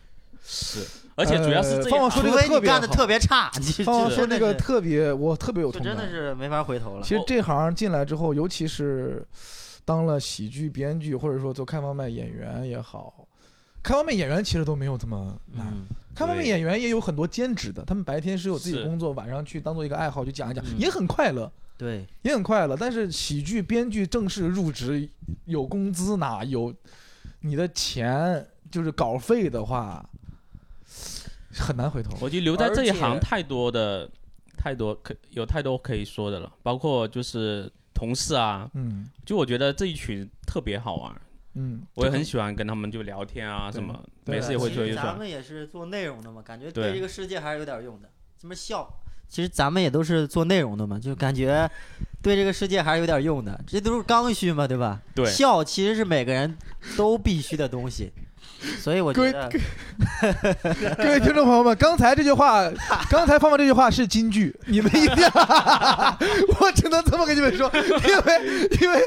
是，而且主要是
呃
这
放
样
我
啊
说
除
这个
非
特
你
别
干的
好
特别差，你
*laughs*
这
方方哦说
真
那
的
个
是
特别，我特别有
就
同
真
感。
的是没法回头了。
其
哦
实这行进来之后，尤其是当了喜剧编剧，或者说做开放麦演员也好，开放麦演员其实都没有这么难。
嗯，
开放麦
对
演员也有很多兼职的，他们白天是有自己的
是
工作，晚上去当做一个爱好去讲一讲，
嗯
也很快乐，
对，
也很快乐。但是喜剧编剧正式入职，有工资拿，有你的钱，就是稿费的话，很难回头。
我觉得留在这一
而且
行太多的，太多可有太多可以说的了，包括就是同事啊，
嗯
就我觉得这一群特别好玩，
嗯，
我也很喜欢跟他们就聊天啊什么，
对
每
对
次也会
其
做
实
一
咱
做。
们也是做内容的嘛，感觉
对
对这个世界还是有点用的。什么笑，其实咱们也都是做内容的嘛，就感觉对这个世界还是有点用的，这都是刚需嘛，对吧？
对
笑其实是每个人都必须的东西，所以我
各位
觉得
*laughs* 各位听众朋友们，刚才这句
*laughs*
话，刚才放放这句话是金句，你们一定，我只能这么跟你们说，因为因为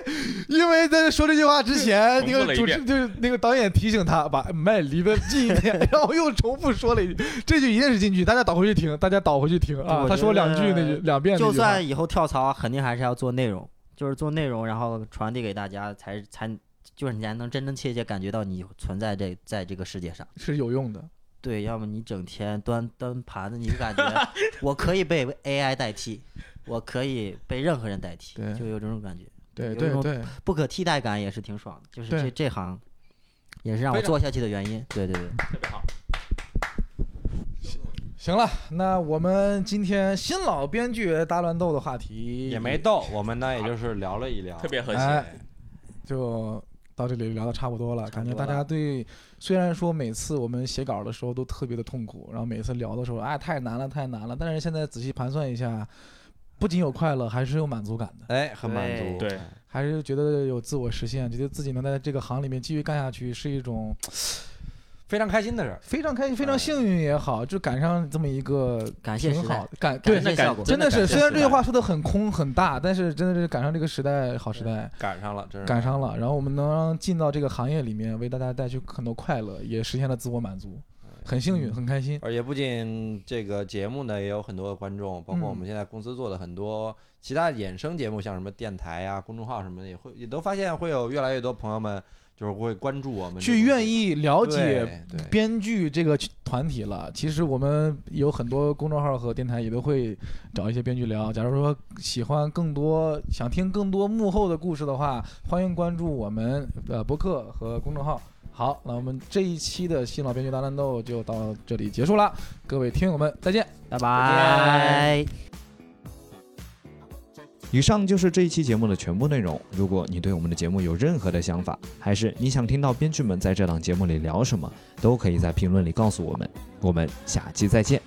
因为在说这句话之前，那
重
个
复了一
主持
遍
就是那个导演提醒他把麦离得近一
*laughs*
点，然后又重复说了一句，这句一定是金句，大家倒回去听，大家倒回去听啊
我觉，得
他说两句那句两遍那句
就
话，
算以后跳槽，肯定还是要做内容，就是做内容，然后传递给大家，才才就是你才能真真切切感觉到你存在这在这个世界上。
是有用的，
对，要么你整天端端盘子，你就
*laughs*
感觉我可以被 AI 代替，我可以被任何人代替
对，
就有这种感觉。
对
有一
对
种
对，
不可替代感也是挺爽的，就是
对
这这行也是让
非
我
常
做下去的原因。对对对，
特别好。
行了，那我们今天新老编剧大乱斗的话题
也没逗，我们呢也就是聊了一聊，
特别和谐
哎就到这里聊的差不多了，感觉
差不多
大
了
家对，虽然说每次我们写稿的时候都特别的痛苦，然后每次聊的时候，哎，太难了，太难了，但是现在仔细盘算一下，不仅有快乐，还是有满足感的，
哎，很满足，
对对
还是觉得有自我实现，觉得自己能在这个行里面继续干下去，是一种
非常开心的事儿。
非常开心、非常幸运也好，就赶上这么一个
感谢
挺
时代
好，的感对
感。谢
那感
效果。
真的是，
感谢
虽然
时
这句
代
话说的很空很大，但是真的是赶上这个时代，好时代。
赶上了，真是
赶上了，然后我们能让进到这个行业里面，为大家带去很多快乐，也实现了自我满足，很幸运，很开心。
而且不仅这个节目呢，也有很多的观众，包括
嗯
我们现在公司做的很多其他衍生节目，像什么电台啊、公众号什么的，也会也都发现会有越来越多朋友们就是会关注我们这个公司，
去愿意了解
对对
编剧这个团体了。其实我们有很多公众号和电台也都会找一些编剧聊。假如说喜欢更多、想听更多幕后的故事的话，欢迎关注我们的博客和公众号。好，那我们这一期的新老编剧大乱斗就到这里结束了，各位听友们再见。
拜拜。
以上就是这一期节目的全部内容。如果你对我们的节目有任何的想法，还是你想听到编剧们在这档节目里聊什么，都可以在评论里告诉我们。我们下期再见，